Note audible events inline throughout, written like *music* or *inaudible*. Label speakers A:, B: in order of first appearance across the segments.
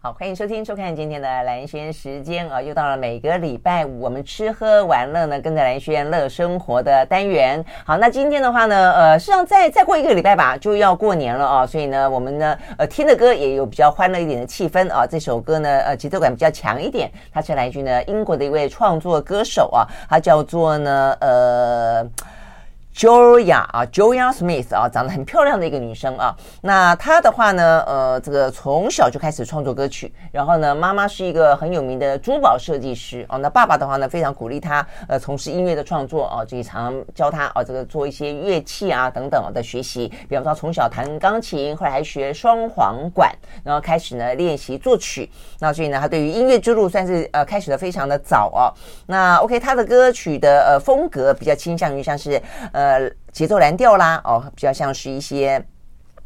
A: 好，欢迎收听、收看今天的蓝轩时间啊，又到了每个礼拜五我们吃喝玩乐呢，跟着蓝轩乐生活的单元。好，那今天的话呢，呃，事实上再再过一个礼拜吧，就要过年了啊，所以呢，我们呢，呃，听的歌也有比较欢乐一点的气氛啊。这首歌呢，呃，节奏感比较强一点，它是来自呢英国的一位创作歌手啊，他叫做呢，呃。Joya 啊，Joya Smith 啊，长得很漂亮的一个女生啊。那她的话呢，呃，这个从小就开始创作歌曲，然后呢，妈妈是一个很有名的珠宝设计师哦。那爸爸的话呢，非常鼓励她呃从事音乐的创作哦，就常常教她哦这个做一些乐器啊等等的学习。比方说从小弹钢琴，后来还学双簧管，然后开始呢练习作曲。那所以呢，她对于音乐之路算是呃开始的非常的早哦。那 OK，她的歌曲的呃风格比较倾向于像是呃。呃，节奏蓝调啦，哦，比较像是一些。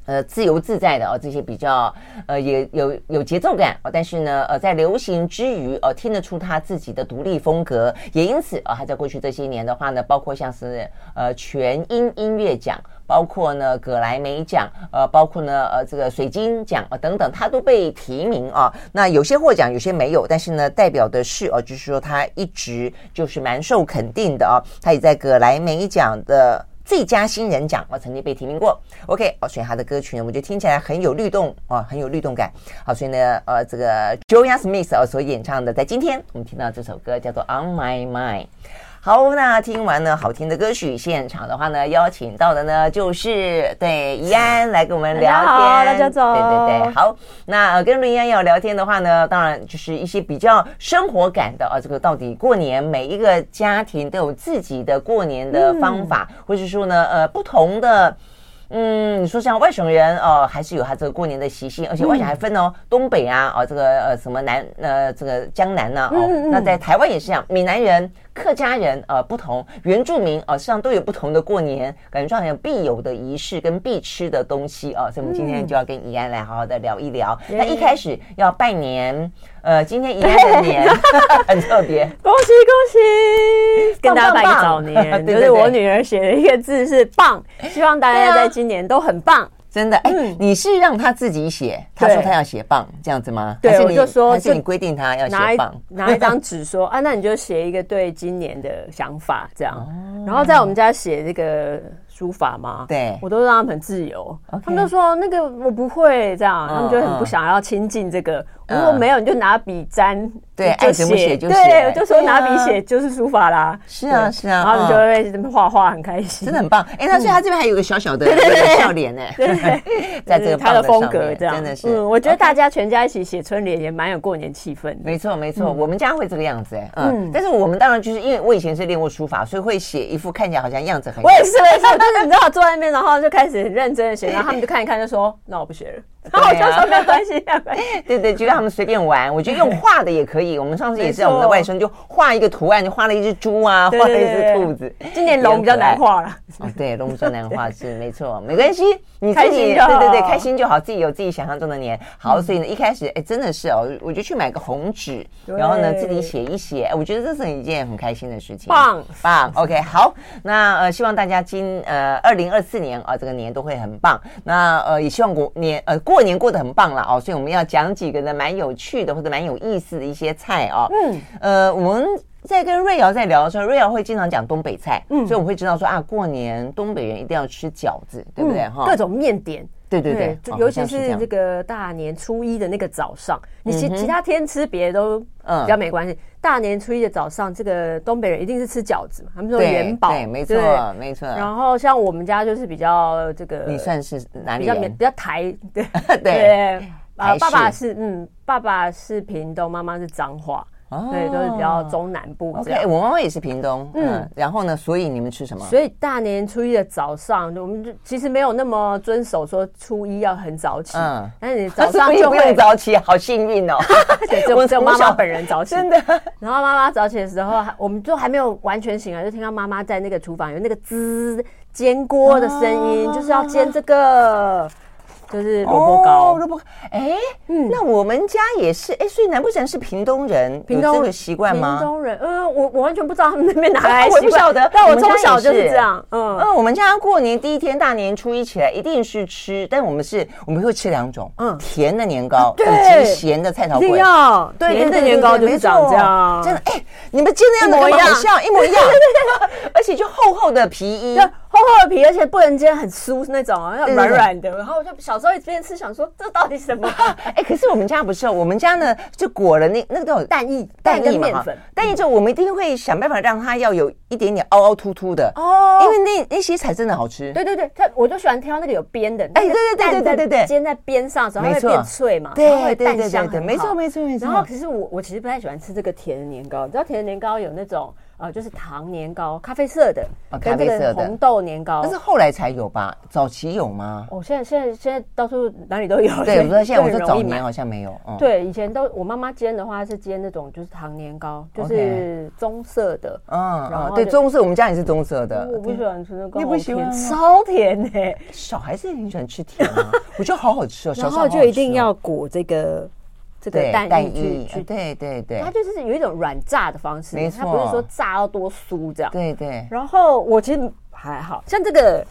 A: 呃，自由自在的哦，这些比较呃也有有节奏感哦，但是呢，呃，在流行之余哦、呃，听得出他自己的独立风格，也因此啊、呃，他在过去这些年的话呢，包括像是呃全英音乐奖，包括呢葛莱美奖，呃，包括呢呃这个水晶奖啊、呃、等等，他都被提名啊。那有些获奖，有些没有，但是呢，代表的是哦，就是说他一直就是蛮受肯定的啊。他也在葛莱美奖的。最佳新人奖，我曾经被提名过。OK，我、哦、选他的歌曲呢，我觉得听起来很有律动啊、哦，很有律动感。好，所以呢，呃，这个 Joya Smith 哦所演唱的，在今天我们听到这首歌叫做《On My Mind》。好，那听完呢好听的歌曲，现场的话呢，邀请到的呢就是对怡安来跟我们聊天。
B: 好，大家早。
A: 对对对，好。那、呃、跟陆怡安要聊天的话呢，当然就是一些比较生活感的啊，这个到底过年每一个家庭都有自己的过年的方法，嗯、或者说呢，呃，不同的。嗯，你说像外省人哦、呃，还是有他这个过年的习性，而且外省还分哦，嗯、东北啊，哦这个呃什么南呃这个江南呐、啊，哦、嗯嗯、那在台湾也是这样，闽南人、客家人呃不同，原住民呃实际上都有不同的过年，感觉上好像必有的仪式跟必吃的东西哦、呃，所以我们今天就要跟怡安来好好的聊一聊。那一开始要拜年，呃，今天怡安的年 *laughs* 很特别，
B: 恭喜恭喜，
C: 跟大家拜个
B: *laughs*
C: 早年，
B: 就是我女儿写的一个字是
A: *laughs*
B: 棒，希望大家在今。今年都很棒，
A: 真的。哎、欸，嗯、你是让他自己写，他说他要写棒这样子吗？
B: 对，我就说，
A: 还是你规定他要写棒，
B: *laughs* 拿一张纸说啊，那你就写一个对今年的想法这样。哦、然后在我们家写这个书法嘛，
A: 对，
B: 我都让他们很自由。他们就说那个我不会这样，嗯、他们就很不想要亲近这个。嗯、我说没有，你就拿笔沾，
A: 对，爱怎么写就写。啊
B: 对，我就说拿笔写就是书法啦。
A: 是啊，是啊，
B: 然后就会这么画画，很开心，
A: 真的很棒。哎，那所以他这边还有个小小的笑脸呢， *laughs* 在这个
B: 他的风格这样，
A: 真的是。嗯，
B: 我觉得大家全家一起写春联也蛮有过年气氛。
A: 没错，没
B: 嗯
A: 错，我们家会这个样子哎，嗯。但是我们当然就是因为我以前是练过书法，所以会写一副看起来好像样子很。
B: 我也是，我也是，就是你知道坐在那边，然后就开始很认真的写，然后他们就看一看，就说：“那我不写
A: *laughs*
B: 了。”然后我就
A: 啊
B: 说：“没关系，
A: *laughs* 对对，就让。”他们随便玩，我觉得用画的也可以。我们上次也是，我们的外甥就画一个图案，就画了一只猪啊，画了一只兔子。
B: 今年龙比较难画了。
A: *laughs* 哦，对，龙比较难画是没错，没关
B: *laughs*
A: 系，你自己对对对，开心就好，自己有自己想象中的年。好，
B: 嗯
A: 所以呢，一开始哎，真的是哦，我就去买个红纸，然后呢自己写一写，哎我觉得这是一件很开心的事情。
B: 棒
A: 棒，OK，好，那呃，希望大家今呃二零二四年啊、呃、这个年都会很棒。那呃也希望过年呃过年过得很棒了哦，所以我们要讲几个呢蛮。有趣的或者蛮有意思的一些菜哦，嗯，呃，我们在跟瑞瑶在聊的时候，瑞瑶会经常讲东北菜，嗯，所以我们会知道说啊，过年东北人一定要吃饺子，对不对哈？
B: 嗯各种面点，
A: 对对对，哦
B: 尤其是这个大年初一的那个早上，你
A: 嗯
B: 其其他天吃别的都比较没关系，大年初一的早上，这个东北人一定是吃饺子嘛，他们说元宝，
A: 对，没错没错。
B: 然后像我们家就是比较这个，
A: 你算是哪里
B: 比较比较台，对
A: *laughs* 对。
B: 啊，爸爸是嗯，爸爸是屏东，妈妈是彰化，哦、对，都是比较中南部。
A: OK，我妈妈也是屏东，嗯,嗯，然后呢，所以你们吃什么？
B: 所以大年初一的早上，我们就其实没有那么遵守说初一要很早起，嗯，但是你早上就
A: 不用 *laughs* 早起，好幸运哦，
B: 我只有妈妈本人早起，
A: 真的。
B: 然后妈妈早起的时候，我们就还没有完全醒来，就听到妈妈在那 *laughs*
A: 啊
B: 个厨房有那个滋煎锅的声音，哦、就是要煎这个。嗯就是萝卜糕。
A: 萝卜糕，哎，那我们家也是，哎，所以难不成是屏东人有这个习惯吗？哎
B: 屏东人，嗯，我我完全不知道他们那边哪来，
A: 我也不晓得。
B: 但 *laughs* 我从小就是这样，嗯
A: 嗯，我们家过年第一天大年初一起来一定是吃，但我们是我们会吃两种，嗯，甜的年
B: 啊
A: 糕以及咸的菜头粿。
B: 要甜的年糕就是长这样，
A: 真的，哎，你们煎那样的跟很像，一模
B: *laughs*
A: 一样，而且就厚厚的皮衣。
B: 厚厚的皮，而且不能煎很酥那种啊，要软软的。然后我就小时候一边吃，想说 *laughs* 这到底什么？
A: *laughs* 哎，可是我们家不是，我们家呢就裹了那那种
B: 蛋液、
A: 蛋
B: 跟面粉，
A: 蛋液之后我们一定会想办法让它要有一点点凹凹凸凸的
B: 哦，
A: 因为那那些才真的好吃。
B: 对对对，它我就喜欢挑那个有边的。
A: 哎，对对对对对对对，
B: 煎在边上，然后会变脆嘛，
A: 对
B: 对
A: 对
B: 对
A: 对，没错没错没错。
B: 然后可是我我其实不太喜欢吃这个甜的年糕，你知道甜的年糕有那种。啊，就是糖年糕，咖啡色的，
A: 哦咖啡色的
B: 红豆年糕，
A: 但是后来才有吧？早期有吗？
B: 哦，现在现在现在到处哪里都有。
A: 对，我说现在我说早哦年好像没有。
B: 对，以前都我妈妈煎的话是煎那种就是糖年糕，就是棕色的。
A: 嗯，然后对棕色，我们家也是棕色的。
B: 我不喜欢吃那个，
A: 呃嗯你不喜欢？
B: 超甜哎！
A: 小孩子也很喜欢吃甜
B: *laughs*
A: 啊，我觉得好好吃哦。
B: 然后就一定要裹这个。这个蛋液去，
A: 呃对对对，
B: 它就是有一种软炸的方式，
A: 没错，
B: 它不是说炸到多酥这样，
A: 对对。
B: 然后我其实还好像这个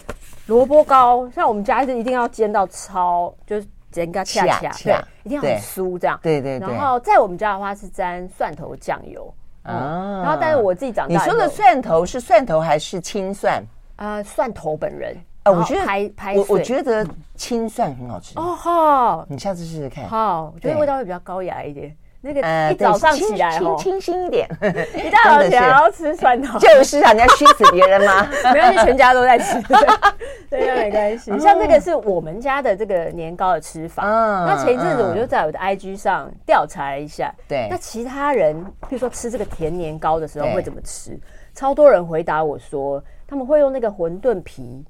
B: 萝卜糕，像我们家是一定要煎到超，就是煎个恰恰，对，一定要很酥这样，
A: 对对。
B: 然后在我们家的话是沾蒜头酱油啊，然后但是我自己长大，
A: 嗯你说的蒜头是蒜头还是青蒜
B: 啊？蒜头本人。
A: 啊，我觉得
B: 拍拍，
A: 我我觉得青蒜很好吃
B: 哦，好，
A: 你下次试试看。呃
B: 好，我觉得味道会比较高雅一点。那个一早上起来哦
A: 清清新一
B: *laughs*
A: 点，
B: 一大早起来要吃蒜头，
A: 就是啊，你要熏死别人吗？
B: *laughs* 没关系，全家都在吃，
A: *laughs*
B: 对，没关
A: 哦
B: 系。像这个是我们家的这个年糕的吃法。
A: 啊嗯
B: 那前一阵子我就在我的 IG 上调查了一下，
A: 对，
B: 那其他人，比如说吃这个甜年糕的时候会怎么吃？超多人回答我说，他们会用那个馄饨皮。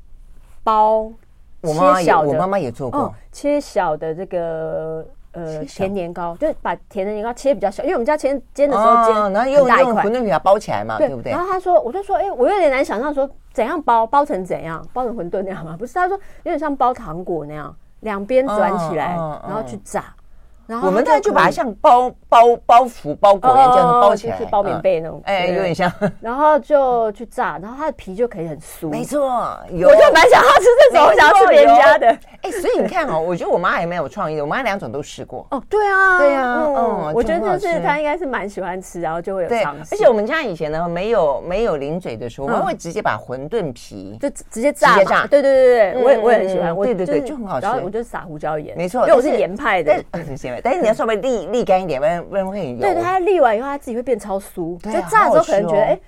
B: 包，
A: 嗯我妈妈也，我妈妈也做过，
B: 嗯切小的这个呃甜年糕，就是把甜的年糕切比较小，因为我们家前煎的时候煎，
A: 啊然后用用馄饨皮把它包起来嘛，对不对？
B: 然后他说，我就说，哎，我有点难想象说怎样包，包成怎样，包成馄饨那样吗？不是，他说有点像包糖果那样，两边转起来，然后去炸。然
A: 哦
B: 后
A: 我们大概就把它像包包包袱、包裹一样这样包起来，
B: 哦就是包棉被那种，
A: 哎，有点
B: *laughs*
A: 像。
B: 然后就去炸，然后它的皮就可以很酥。
A: 没错，
B: 我就蛮想要吃这种，我想要吃别人家的。
A: 哎，所以你看哦，我觉得我妈还蛮有创意的，我妈两种都试过。
B: 哦，对啊，
A: 对啊，嗯，
B: 我觉得就是她应该是蛮喜欢吃，然后就会有尝试。嗯
A: 而且我们家以前呢，没有没有零嘴的时候，我们会直接把馄饨皮
B: 就直接炸，
A: 直接炸。
B: 对对对对，我也我也很喜欢，
A: 对对对，就很好吃。
B: 然后我就撒胡椒盐，
A: 没错，
B: 因为我是盐派的。
A: 但是你要呃稍微沥沥干一点，不然不然会很油。
B: 对对，它沥完以后，它自己会变超酥。就
A: 啊
B: 炸之后可能
A: 哦
B: 觉得，哎，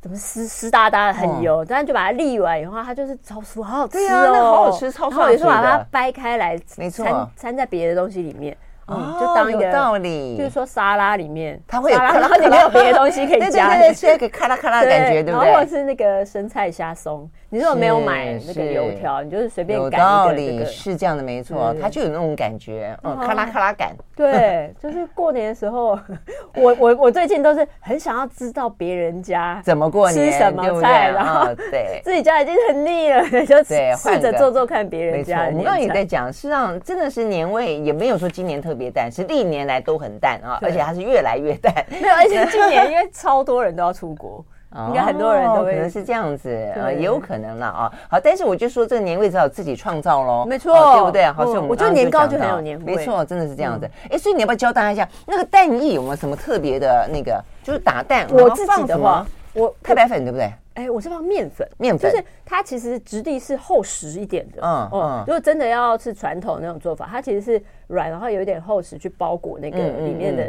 B: 怎么湿湿哒哒的很油，但是就把它沥完以后，它就是超酥，好好吃哦，
A: 啊好好吃，超
B: 好
A: 吃。有时
B: 候把它掰开来，
A: 没错，
B: 掺在别的东西里面，
A: 嗯，就当一个道理。
B: 哦就是说沙拉里面，
A: 它会，
B: 然后里面有别的东西可以加，
A: 对对对，吃一个咔啦咔啦的感觉，对不对？
B: 然后是那个生菜虾松。你如果没有买那个油条，你就是随便擀
A: 道
B: 一个，
A: 是这样的，没错，它就有那种感觉，嗯，
B: 哦
A: 咔啦咔啦感。 *laughs*
B: 对，就是过年的时候， *laughs* 我我我最近都是很想要知道别人家
A: 怎么过
B: 年，吃什么菜，然后
A: 哦对，
B: *laughs* 自己家已经很腻了， *laughs* 就试着做做看别人家。
A: 我们刚刚也在讲，事实上真的是年味也没有说今年特别淡，是历年来都很淡啊，而且它是越来越淡。
B: 没有，而且今年因为超多人都要出
A: *laughs*
B: 国。应该很多人都
A: 哦可能是这样子，呃，也有可能了啊。好，但是我就说这个年味只好自己创造喽，
B: 没错，嗯
A: 对不对？好，所以我们
B: 我觉得年糕就很有年嗯
A: 味，没错，真的是这样子。哎，所以你要不要教大家一下那个蛋液有没有什么特别的那个？就是打蛋，
B: 我自己的话，我
A: 太白粉对不对？
B: 哎，我是放面粉，
A: 面粉
B: 就是它其实质地是厚实一点的，嗯嗯。如果真的要是传统那种做法，它其实是软，然后有一点厚实去包裹那个
A: 嗯
B: 里面的。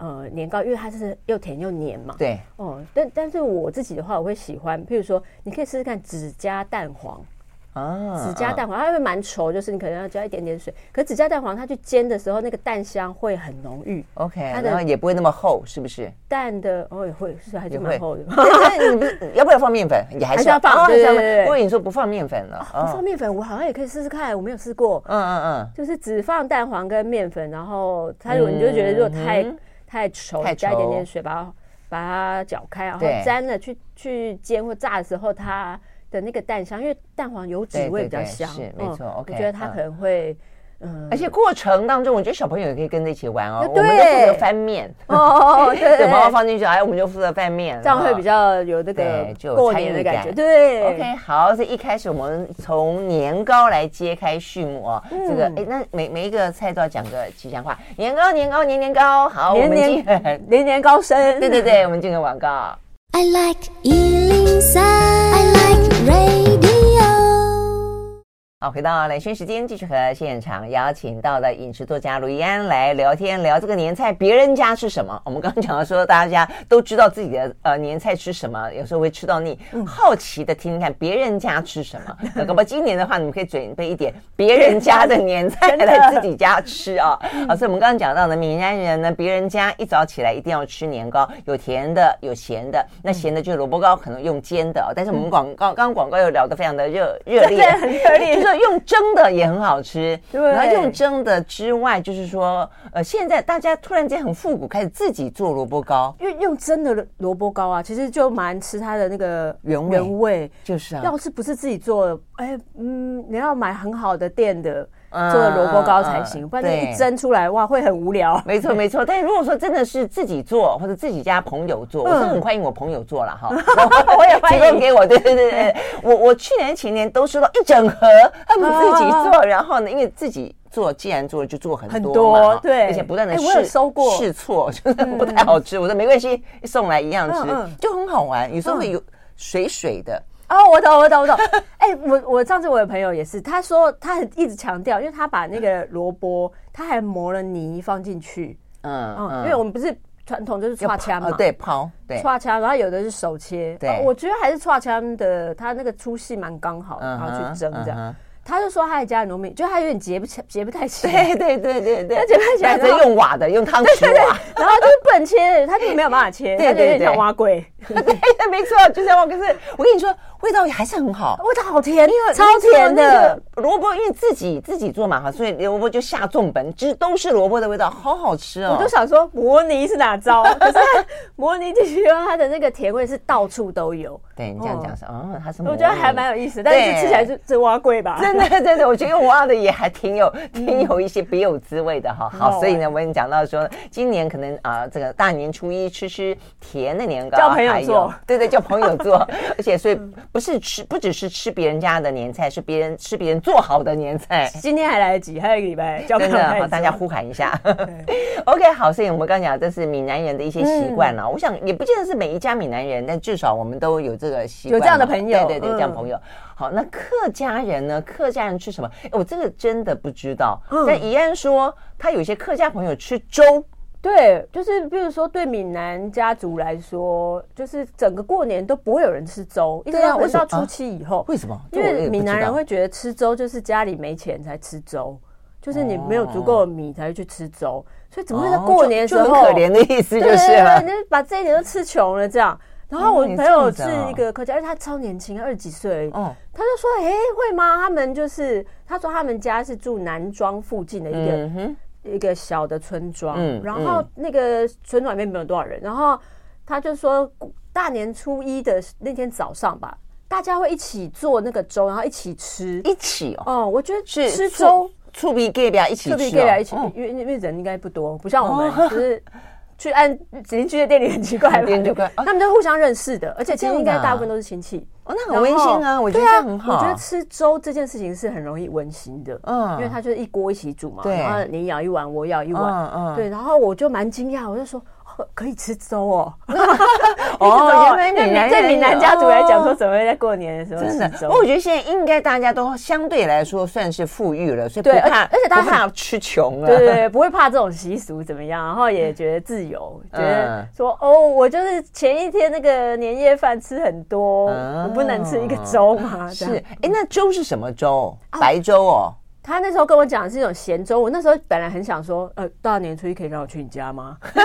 B: 呃，年糕，因为它就是又甜又黏嘛。
A: 对。
B: 哦，但但是我自己的话，我会喜欢，譬如说，你可以试试看只加蛋黄啊，只加蛋黄，它会蛮稠，就是你可能要加一点点水。可只加蛋黄，它去煎的时候，那个蛋香会很浓郁。
A: OK，然后也不会那么厚，是不
B: *laughs*
A: 是？
B: 蛋的哦也会，是还是蛮厚的。 *laughs*
A: 但你不是要不要放面粉？也还
B: 是要放。对对对。
A: 不
B: 哦
A: 过你说不放面粉了，哦
B: 不放面粉，我好像也可以试试看，我没有试过。
A: 嗯嗯嗯。
B: 就是只放蛋黄跟面粉，然后它如果你就觉得如果太。嗯太稠，加一点点水，把它把它搅开，然后沾了去去煎或炸的时候，它的那个蛋香，因为蛋黄油脂味比较香，嗯
A: 是没错。我
B: 觉得它可能会
A: 而且过程当中，我觉得小朋友也可以跟着一起玩哦。我们就负
B: 对
A: 责翻面，
B: 哦，对 *laughs* 对
A: 对，包包
B: 对，
A: 放进去，哎，我们就负责翻面，
B: 这样会
A: 哦
B: 比较有那个
A: 对就有
B: 过
A: 参
B: 年
A: 与
B: 的感
A: 感
B: 觉。对
A: OK，好，所以一开始我们从年糕来揭开序幕哦。
B: 嗯
A: 这个，哎，那每每一个菜都要讲个吉祥话，年糕，年糕，年年高。好，我
B: 年
A: 们进，
B: 年年年高升。
A: *laughs* 对对对，我们进个广告。
C: I like Ealing Sound. I like radio.
A: 好，回到蓝轩时间，继续和现场邀请到的饮食作家卢怡安来聊天，聊这个年菜别人家是什么。我们刚刚讲到说，大家都知道自己的呃年菜吃什么，有时候会吃到腻，好奇的听听看别人家吃什么。那搞不好今年的话，你们可以准备一点别人家的年菜来自己家吃啊。好，所以我们刚刚讲到呢，闽南人呢，别人家一早起来一定要吃年糕，有甜的，有咸的。那咸的就是萝卜糕，可能用煎的哦、但是我们广告刚刚广告又聊得非常的热热烈，啊
B: *laughs* 对很热烈
A: 就是说用蒸的也很好 *laughs* 吃，
B: 对
A: 然后用蒸的之外，就是说，呃，现在大家突然间很复古，开始自己做萝卜糕，
B: *laughs* 因为用真的萝卜糕啊，其实就蛮吃它的那个
A: 原味
B: 原味。
A: 就是啊，
B: 要是不是自己做，哎，嗯，你要买很好的店的
A: 嗯
B: 做的萝卜糕才行，
A: 嗯
B: 不然你
A: 对
B: 一蒸出来哇，会很无聊。 *laughs*
A: 没错没错。但如果说真的是自己做，或者自己家朋友做，我是很欢迎我朋友做了哈， *laughs* 我我也
B: 欢迎
A: 提供给我，对对对对， *laughs* 我我去年前年都收到一整盒，他们自己做，然后呢，因为自己。做既然做了就做很
B: 很
A: 多
B: 多
A: 嘛，哈
B: 对
A: 而且不断的
B: 哎
A: 试、
B: 我有收过
A: 试错， *laughs* 就是不太好吃。我说没关系，送来一样吃，
B: 嗯嗯
A: 就很好玩。有时候会有水水的，
B: 哦，我懂，我懂，我懂。哎、我我上次我有朋友也是，他说他很一直强调，因为他把那个萝卜，他还磨了泥放进去，
A: 嗯
B: 嗯，因为我们不是传统就是
A: 要
B: 串枪嘛，
A: 呃对，抛对，
B: 串枪，然后有的是手切，
A: 对
B: 哦我觉得还是串枪的，它那个粗细蛮刚好的，
A: 嗯
B: 然后
A: 哼
B: 去蒸这样。
A: 嗯哼
B: 他就说他的家里农民，就他有点结不起，结不太
A: *laughs*
B: 起来，
A: 对对对对对，
B: 而且看起来
A: 那是用瓦的，用汤匙瓦，
B: 然后就是不能切，他就没有办法切，
A: 对
B: 他就有点
A: 对
B: 像
A: 对
B: 蛙龟，
A: *laughs* 对，没错，就这样。可是我跟你说，味道也还是很好。
B: 味道哦好甜， *laughs* 超
A: 你知道
B: 甜
A: 那
B: 的
A: 个。萝卜，因为自己自己做嘛哈，所以萝卜就下重本，就是都是萝卜的味道，好好吃哦。
B: 我就想说，摩尼是
A: *laughs*
B: 哪招？可是它摩尼进去以后，它的那个甜味是到处都有，
A: 对你这样讲是，哦，它是
B: 我觉得还蛮有
A: 意
B: 意思。但是
A: 对
B: 吃起来是是蛙贵吧？
A: *laughs* 真的，真的，我觉得我挖的也还挺有、挺有一些别有滋味的哈。
B: 嗯好
A: 好，所以呢，我跟你讲到说，今年可能啊、这个大年初一吃吃甜的年糕，
B: 叫朋友
A: 还有
B: 做
A: 对对，叫朋友做，
B: *laughs*
A: 而且所以不是吃，不只是吃别人家的年菜，是别人吃别人做好的年菜。
B: 今天还来得及，还有一个礼拜，叫
A: *laughs* 真
B: 朋友
A: 的
B: 开
A: 好，
B: 始
A: 大家呼喊一下。OK，好， *laughs* 所以我们刚讲这是闽南人的一些习惯
B: 嗯
A: 了。我想也不见得是每一家闽南人，但至少我们都有这个习惯嘛，
B: 有这样的朋友
A: 对对对，
B: 嗯
A: 这样朋友。好，那客家人呢？客家人吃什么？哎我这个真的不知道。
B: 嗯
A: 但怡安说，他有些客家朋友吃粥，
B: 对，就是比如说对闽南家族来说，就是整个过年都不会有人吃粥，一直
A: 对啊
B: 到
A: 为
B: 一直
A: 什么啊
B: 到初七以后，
A: 为什么？
B: 因
A: 这我也
B: 为
A: 不
B: 闽南
A: 知道
B: 人会觉得吃粥就是家里没钱才吃粥，就是你没有足够的米才会去吃粥，所以怎么会在
A: 哦
B: 过年的
A: 就
B: 时
A: 就
B: 候
A: 很可怜的意思
B: 对
A: 就
B: 对
A: 是
B: 对，
A: 了
B: 对。你把这一点都吃穷了这样。然后我
A: 哦你
B: 朋友
A: 这
B: 是
A: 样子哦
B: 一个客家，而且他超年轻，二十几岁而已，
A: 哦，
B: 他就说：“诶，会吗？他们就是，他说他们家是住南庄附近的一个
A: 嗯哼，
B: 一个小的村庄，
A: 嗯
B: 然后那个村庄里面没有多少人，然后他就说大年初一的那天早上吧，大家会一起做那个粥，然后一起吃。
A: 一起哦，
B: 哦，我觉得
A: 是
B: 吃
A: 醋
B: 粥，
A: 醋鼻盖表一起吃
B: 特
A: 哦，
B: 别可以来一起
A: 哦，
B: 因为因为人应该不多，不像我们就是去按邻居的店里很奇怪吧，
A: 邻居怪哦
B: 他们都互相认识的，而且其
A: 这样
B: 实
A: 的啊
B: 应该大部分都是亲戚。
A: 哦，那很温馨
B: 然
A: 啊，
B: 后
A: 我觉得
B: 对
A: 这
B: 啊
A: 样很好。
B: 我觉得吃粥这件事情是很容易温馨的，
A: 嗯
B: 嗯，因为它就是一锅一起煮嘛，
A: 对
B: 然后你舀一碗，我舀一碗，
A: 嗯嗯
B: 对，然后我就蛮惊讶，我就说。哦可以吃
A: *laughs*
B: 粥哦，
A: 哦，原
B: 对
A: 来闽南人
B: 对闽南家族来讲，说
A: 哦
B: 怎么会在过年的时候
A: 真
B: 吃
A: 的，哦
B: 粥
A: 不？过我觉得现在应该大家都相对来说算是富裕了，所以不
B: 对而
A: 怕，
B: 而且大家
A: 不怕吃穷了。
B: 对对对，不会怕这种习俗怎么样，然后也觉得自由，觉
A: 嗯
B: 得说哦，我就是前一天那个年夜饭吃很多，
A: 嗯
B: 我不能吃一个粥嘛。这
A: 是
B: 样，
A: 哎，那粥是什么粥？白粥哦，
B: 他那时候跟我讲的是一种咸粥，我那时候本来很想说，呃，大年初一可以让我去你
A: *laughs*
B: 家吗？就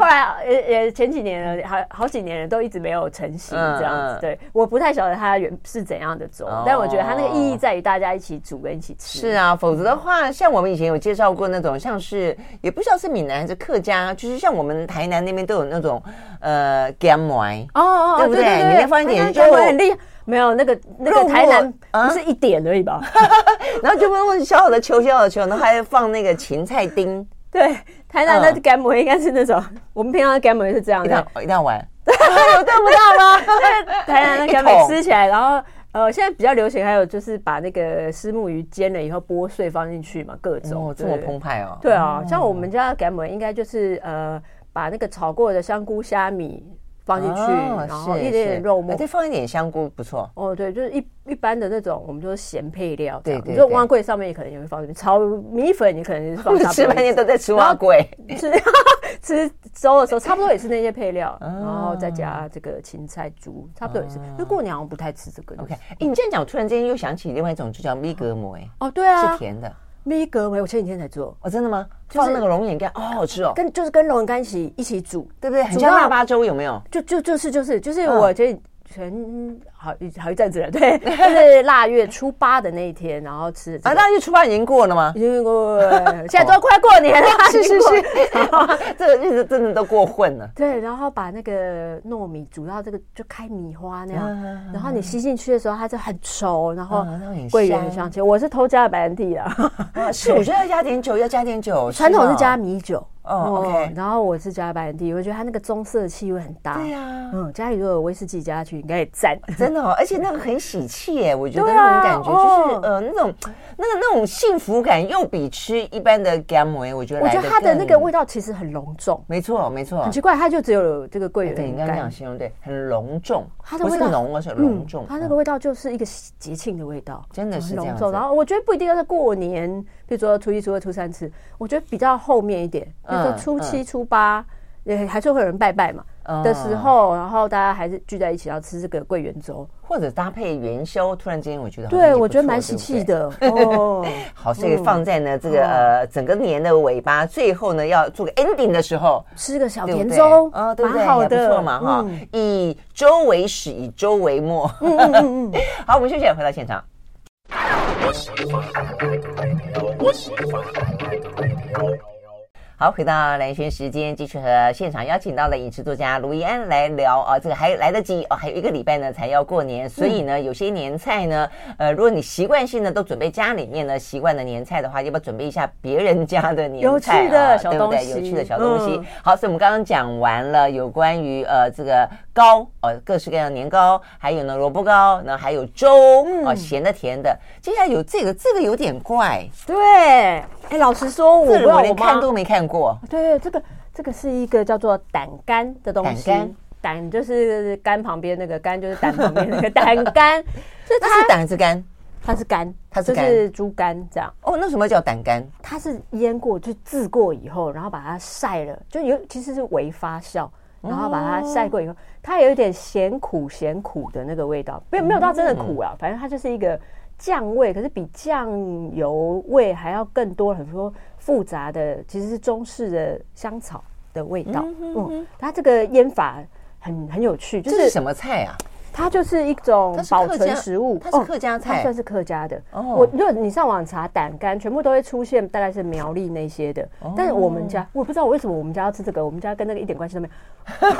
B: 后来呃呃前几年了，好好几年了都一直没有成型
A: 嗯
B: 这样子
A: 嗯。
B: 对，我不太晓得它原是怎样的粥
A: 哦，
B: 但我觉得它那个意义在于大家一起煮跟一起吃。
A: 是啊，否则的话，像我们以前有介绍过那种，像是也不知道是闽南还是客家，就是像我们台南那边都有那种呃干麦，
B: 哦哦，
A: 对
B: 哦
A: 不
B: 对
A: 对你应该放一点肉啊
B: 我很厉害。没有那个那个台南不是一点而
A: *laughs*
B: 已吧？
A: 然后就问问小小的球，小小的球，然后还放那个芹菜丁，
B: 对，台南
A: 嗯
B: 的干梅应该是那种，我们平常的干梅是这样
A: 一定
B: 的，
A: 要一定要玩。
B: 有对不到
A: *laughs*
B: 吗？台南的干
A: 一
B: 梅
A: 桶
B: 吃起来，然后呃，现在比较流行，还有就是把那个石目鱼煎了以后剥碎放进去嘛，各种
A: 哦，这么
B: 对
A: 澎湃哦。
B: 对啊，像我们家的干梅应该就是呃，把那个炒过的香菇、虾米放进去，
A: 哦
B: 然后
A: 是
B: 一点点
A: 是
B: 肉
A: 哎
B: 末
A: 再。放一点香菇，不错。
B: 哦，对，就是一一般的那种，我们就是咸配料这样。
A: 对对
B: 就
A: 对
B: 蛙桂上面也可能也会放这边，炒米粉也可能是放差不
A: *laughs*
B: 多。
A: 吃半天都在吃蛙龟，
B: *laughs* 吃吃粥的时候，差不多也是那些配料，
A: 啊
B: 然后再加这个芹菜猪，差不多也是。因为过年我不太吃这个。就是
A: OK，哎、你这样讲，我突然之间又想起另外一种，就叫米格姆，哎、
B: 哦，对啊
A: 是，甜的。
B: 米格梅我前几天才做，
A: 哦，真的吗？
B: 是
A: 放那个龙眼干，哦，好好吃哦，
B: 跟就是跟龙眼干一起一起煮，
A: 对不对？很
B: 煮
A: 像
B: 到
A: 腊八粥，有没有？
B: 就就就是就是就是
A: 嗯
B: 我这前好一好一阵子
A: *laughs*
B: 了，对，就是腊月初八的那一天，然后吃的这
A: 啊，
B: 个。
A: 那就初八已经过了吗？
B: 已经过，现在都快过年了，
A: 是
B: 已
A: 是
B: 经过
A: 是， *laughs* 这个日子真的都过混了。
B: 对，然后把那个糯米煮到这个就开米花那样，
A: 嗯嗯
B: 然后你吸进去的时候，它就很稠，然后
A: 嗯那很
B: 桂圆的
A: 香
B: 香气。我是偷加了白兰地啊，
A: *laughs* 啊 *laughs* 是，我觉得要加点酒，要加点 *laughs* 酒。
B: 传统是
A: 哦
B: 加米酒，嗯
A: 哦 OK
B: 然后我是加白兰地，我觉得它那个棕色的气味很搭。
A: 对呀
B: 嗯，家里如果有威士忌加下去，应该也赞。
A: 真的、哦，而且那个很喜气 *laughs* 耶，我觉得
B: 对
A: 那
B: 啊
A: 种感觉就是、
B: 哦
A: 呃那种那个那种幸福感，又比吃一般的 g a m 我觉得
B: 我
A: 来
B: 觉得
A: 得
B: 它的
A: 更哦
B: 那个味道其实很隆重，
A: 没错没错
B: 很，奇怪，它就只有这个桂
A: 对，你
B: 圆
A: 刚刚这样
B: 干。
A: 形容对，很隆重，
B: 它的
A: 不
B: 味
A: 是
B: 道嗯
A: 浓，而是隆重。嗯
B: 它那个味道就是一个节庆的味道，
A: 真的是
B: 很
A: 这样
B: 隆
A: 子
B: 重。然后我觉得不一定要在过年，比如说初一、初二、初三吃，我觉得比较后面一点，比如说
A: 嗯哦
B: 初七、初八，也还是会有人拜拜嘛
A: 嗯
B: 的时候，然后大家还是聚在一起，然后吃这个桂圆粥。
A: 或者搭配元宵，突然之间我觉得好像哦也
B: 对，
A: 不
B: 我觉得
A: 错
B: 蛮喜气。的
A: *laughs*
B: 嗯哦。
A: 对不对好，所以放在呢这个呃整个年的尾巴，最后呢要做个 ending 的时候，
B: 吃个小
A: 对不
B: 哦甜
A: 对
B: 粥，
A: 啊，对不对？
B: 蛮好
A: 也不
B: 的嗯
A: 错嘛哈。以周为始，以周为末。 *laughs*
B: 嗯
A: 好，我们休息，回到现场。好，回到蓝轩时间，继续和现场邀请到的影视作家卢怡安来聊啊，这个还来得及哦，还有一个礼拜呢才要过年，所以呢，有些年菜呢，呃，如果你习惯性的都准备家里面呢习惯的年菜的话，要不要准备一下别人家的年
B: 有
A: 菜、啊、
B: 趣的小
A: 对不对？
B: 东
A: 有趣
B: 西
A: 的小东西。
B: 嗯
A: 好，所以我们刚刚讲完了有关于呃这个糕，呃各式各样的年糕，还有呢萝卜糕，然后还有粥，哦咸的甜的。接下来有这个，这个有点怪，
B: 对，哎，老实说，我
A: 这
B: 不知
A: 个
B: 道
A: 我
B: 我
A: 连
B: 妈
A: 看都没看过。
B: 对，这个这个是一个叫做胆肝的东西
A: 胆肝。
B: 胆就是肝旁边那个肝，就是胆旁边那个胆 *laughs* 肝，就是
A: 那是
B: 它
A: 胆还是肝？
B: 它是肝，
A: 它是肝
B: 就是猪肝这样。
A: 哦，那什么叫胆肝？
B: 它是腌过，就制过以后，然后把它晒了，就有其实是微发
A: 哦
B: 酵，然后把它晒过以后，它有一点咸苦咸苦的那个味道，没有没有到真的苦
A: 嗯
B: 啊，反正它就是一个酱味，可是比酱油味还要更多很多复杂的，其实是中式的香草的味道。嗯，它这个腌法很很有趣，就
A: 这是
B: 是
A: 什么菜啊？
B: 它就是一种
A: 它是
B: 保
A: 客
B: 存
A: 家
B: 食物，
A: 它是
B: 哦
A: 客家
B: 它
A: 菜
B: 算是客家的。
A: 哦
B: 我如果你上网查胆干，全部都会出现，大概是苗栗那些的。
A: 哦
B: 但是我们家，我不知道为什么我们家要吃这个，我们家跟那个一点关系都没有。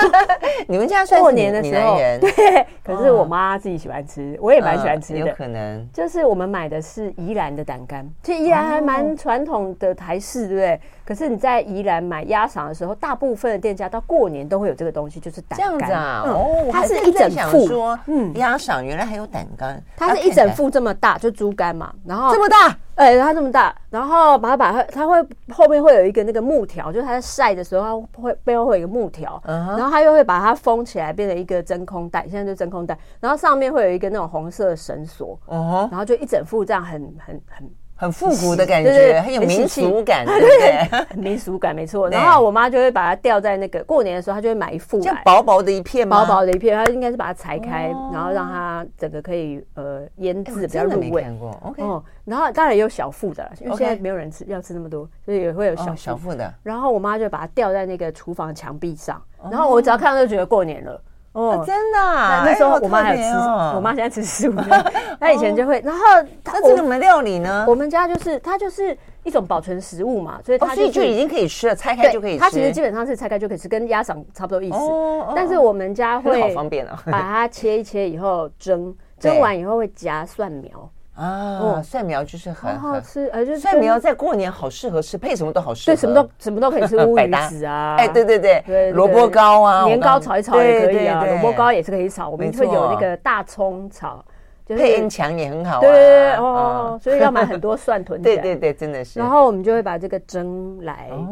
A: 你们家算
B: 过
A: 是
B: 年
A: 闽
B: 的
A: 闽
B: 时
A: 南
B: 候
A: 人，，
B: *laughs* 对，可是我妈自己喜欢吃，我也蛮喜欢吃
A: 嗯有
B: 的。
A: 可能。
B: 就是我们买的是宜兰的胆干，其实宜兰还蛮传统的台式，对不对？可是你在宜兰买鸭肠的时候，大部分的店家到过年都会有这个东西，就是胆
A: 这样
B: 干。
A: 子啊，
B: 嗯
A: 哦，我
B: 它
A: 还
B: 是
A: 正
B: 一
A: 在
B: 整
A: 想
B: 副，
A: 说，嗯
B: 嗯，
A: 鸭赏原来还有胆啊肝，
B: 它是一整副这么大，就猪肝嘛，然后
A: 这么大，
B: 哎、它这么大，然后把它把它，它会后面会有一个那个木条，就是它在晒的时候，它会背后会有一个木条
A: 嗯哼
B: 然后它又会把它封起来，变成一个真空袋，现在就真空袋，然后上面会有一个那种红色的绳索，
A: 哦，
B: 然后就一整副这样很很很
A: 很复古的感
B: 对对
A: 觉，
B: 对
A: 很有
B: 很喜
A: 民
B: 气
A: 俗
B: *laughs*
A: 感，对不对？ *laughs*
B: 很民俗感，没错。
A: 对
B: 然后我妈就会把它吊在那个过年的时候，她就会买一副
A: 这样
B: 来。
A: 薄薄的一片吗？
B: 薄薄的一片，她应该是把它裁开，
A: 哦
B: 然后让它整个可以呃腌
A: 哎，
B: 制
A: 我
B: 比较
A: 真的
B: 入
A: 没
B: 味。
A: 看过，OK，
B: 哦，然后当然也有小副的啦，因为
A: OK
B: 现在没有人吃要吃那么多，所以也会有
A: 哦
B: 小
A: 小
B: 副。
A: 腹的，
B: 然后我妈就把它吊在那个厨房墙壁上，然后我只要看到就觉得过年了。
A: 哦
B: 哦，
A: 真的哦啊，
B: 那那时候
A: 哎好
B: 我妈还有
A: 特
B: 吃
A: 别，哦
B: 我妈现在吃十五
A: *laughs*
B: 年，她以前就会。然后她
A: 那这
B: 我
A: 个什么料理呢？
B: 我们家就是它就是一种保存食物嘛，所以
A: 哦，
B: 它
A: 所以
B: 是
A: 就已经可以吃了，拆开
B: 对
A: 就可以吃，
B: 它其实基本上是拆开就可以吃，跟鸭掌差不多意思
A: 哦哦。 *laughs*
B: 但是我们家
A: 真的
B: 会
A: 好方便哦。
B: 把它切一切以后蒸，蒸完以后会夹蒜
A: *laughs*
B: 苗，
A: 啊，
B: 哦
A: 蒜苗就是很
B: 好好
A: 很
B: 吃，哎而且
A: 蒜苗在过年好适合吃，配什么都好适合，
B: 对什么都什么都可以吃，乌
A: 百
B: 鱼
A: 搭
B: 子啊，
A: 哎，对对对，
B: 对，
A: 萝卜糕啊，
B: 年糕炒一炒也可以啊，
A: 对对对
B: 萝卜糕也是可以炒，我们
A: 没错
B: 会有那个大葱炒，就
A: 配恩强也很好啊，
B: 对对对哦
A: 啊
B: 哦，，所以要买很多蒜囤起
A: 对
B: 来，
A: 对对，真的是，
B: 然后我们就会把这个蒸来，
A: 哦，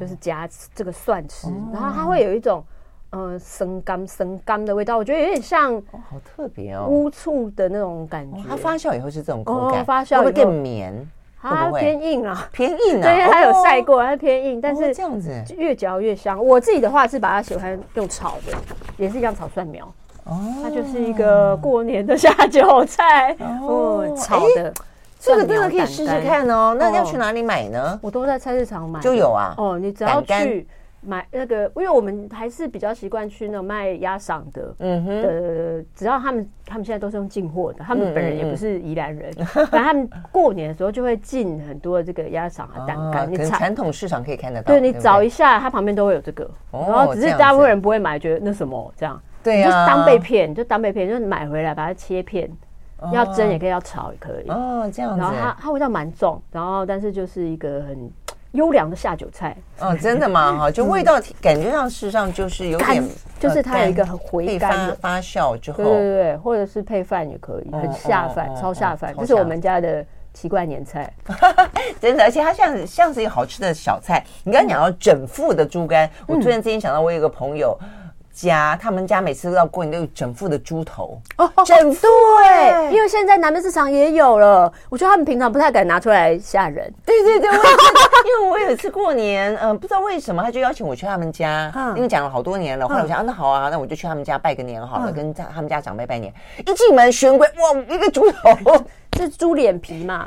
B: 就是夹这个蒜吃，然后它会有一种呃生干生干的味道，我觉得有点像
A: 哦好特别哦，
B: 乌醋的那种感
A: 哦
B: 觉，
A: 它发酵以后是这种口感，
B: 哦发酵
A: 会不会
B: 以后
A: 更绵？会
B: 它
A: 不会
B: 偏硬啊，
A: 偏硬啊，
B: 对，因为它有
A: 哦
B: 晒，过，它偏硬，但
A: 哦
B: 是
A: 这样子
B: 越嚼越香。我自己的话是把它喜欢用炒的，也是一样炒蒜苗。
A: 哦，
B: 它就是一个过年的下酒菜，
A: 哦
B: 哦，炒的，
A: 这个真的可以试试看哦。那要去哪里买呢？
B: 我都在菜市场买的，
A: 就有啊
B: 哦，你只要
A: 胆干
B: 去买那个，因为我们还是比较习惯去那种卖鸭嗓的。
A: 嗯哼，
B: 呃，只要他们他们现在都是用进货的，他们
A: 嗯
B: 本
A: 嗯
B: 人也
A: 嗯
B: 不是宜兰人， *laughs* 反正他们过年的时候就会进很多的这个鸭嗓啊、蛋
A: 啊
B: 干，
A: 可
B: 你
A: 能
B: 炒，
A: 传统市场可以看得到。
B: 对你
A: 不
B: 找一下，它旁边都会有这个，
A: 哦
B: 然后只
A: 这
B: 是
A: 样
B: 大部
A: 子
B: 分人不会买，觉得那什么这样，
A: 对
B: 你就
A: 啊，
B: 当被骗，你就当被骗，就是买回来把它切片，要蒸也可以，要炒也可以。
A: 哦，这样
B: 然后它
A: 子。
B: 它味道蛮重，然后但是就是一个很优良的下酒菜，
A: 哦，真的
B: *laughs*
A: 吗？哈，就味道感觉上，事实上就是有点
B: 嗯干，就是它有一个
A: 呃
B: 很
A: 干
B: 回
A: 被
B: 甘
A: 发
B: 的，
A: 发酵之
B: 对对
A: 后，
B: 对对，或者是配饭也可以，
A: 哦
B: 很下
A: 哦
B: 饭，
A: 哦
B: 超下饭
A: 哦，
B: 这
A: 超
B: 是
A: 下
B: 我们家的奇怪年菜。
A: 真的，而且它像像是一个好吃的小菜。你刚刚讲到整副的猪肝，
B: 嗯
A: 我突然之间想到，我有一个朋友家，他们家每次到过年都有整副的猪头，
B: 哦
A: *laughs* 整副哎，
B: 因为现在南门市场也有了，我觉得他们平常不太敢拿出来吓人。
A: 对对对，
B: *laughs*
A: 我也觉得， *laughs* 因为我有一次过年，嗯、不知道为什么他就邀请我去他们家，
B: 嗯
A: 因为讲了好多年了。后来我想、啊，那好啊，那我就去他们家拜个年好
B: 嗯
A: 了，跟他他们家长辈拜年。一进门，玄关哇，一个猪头，
B: 这是猪脸皮嘛，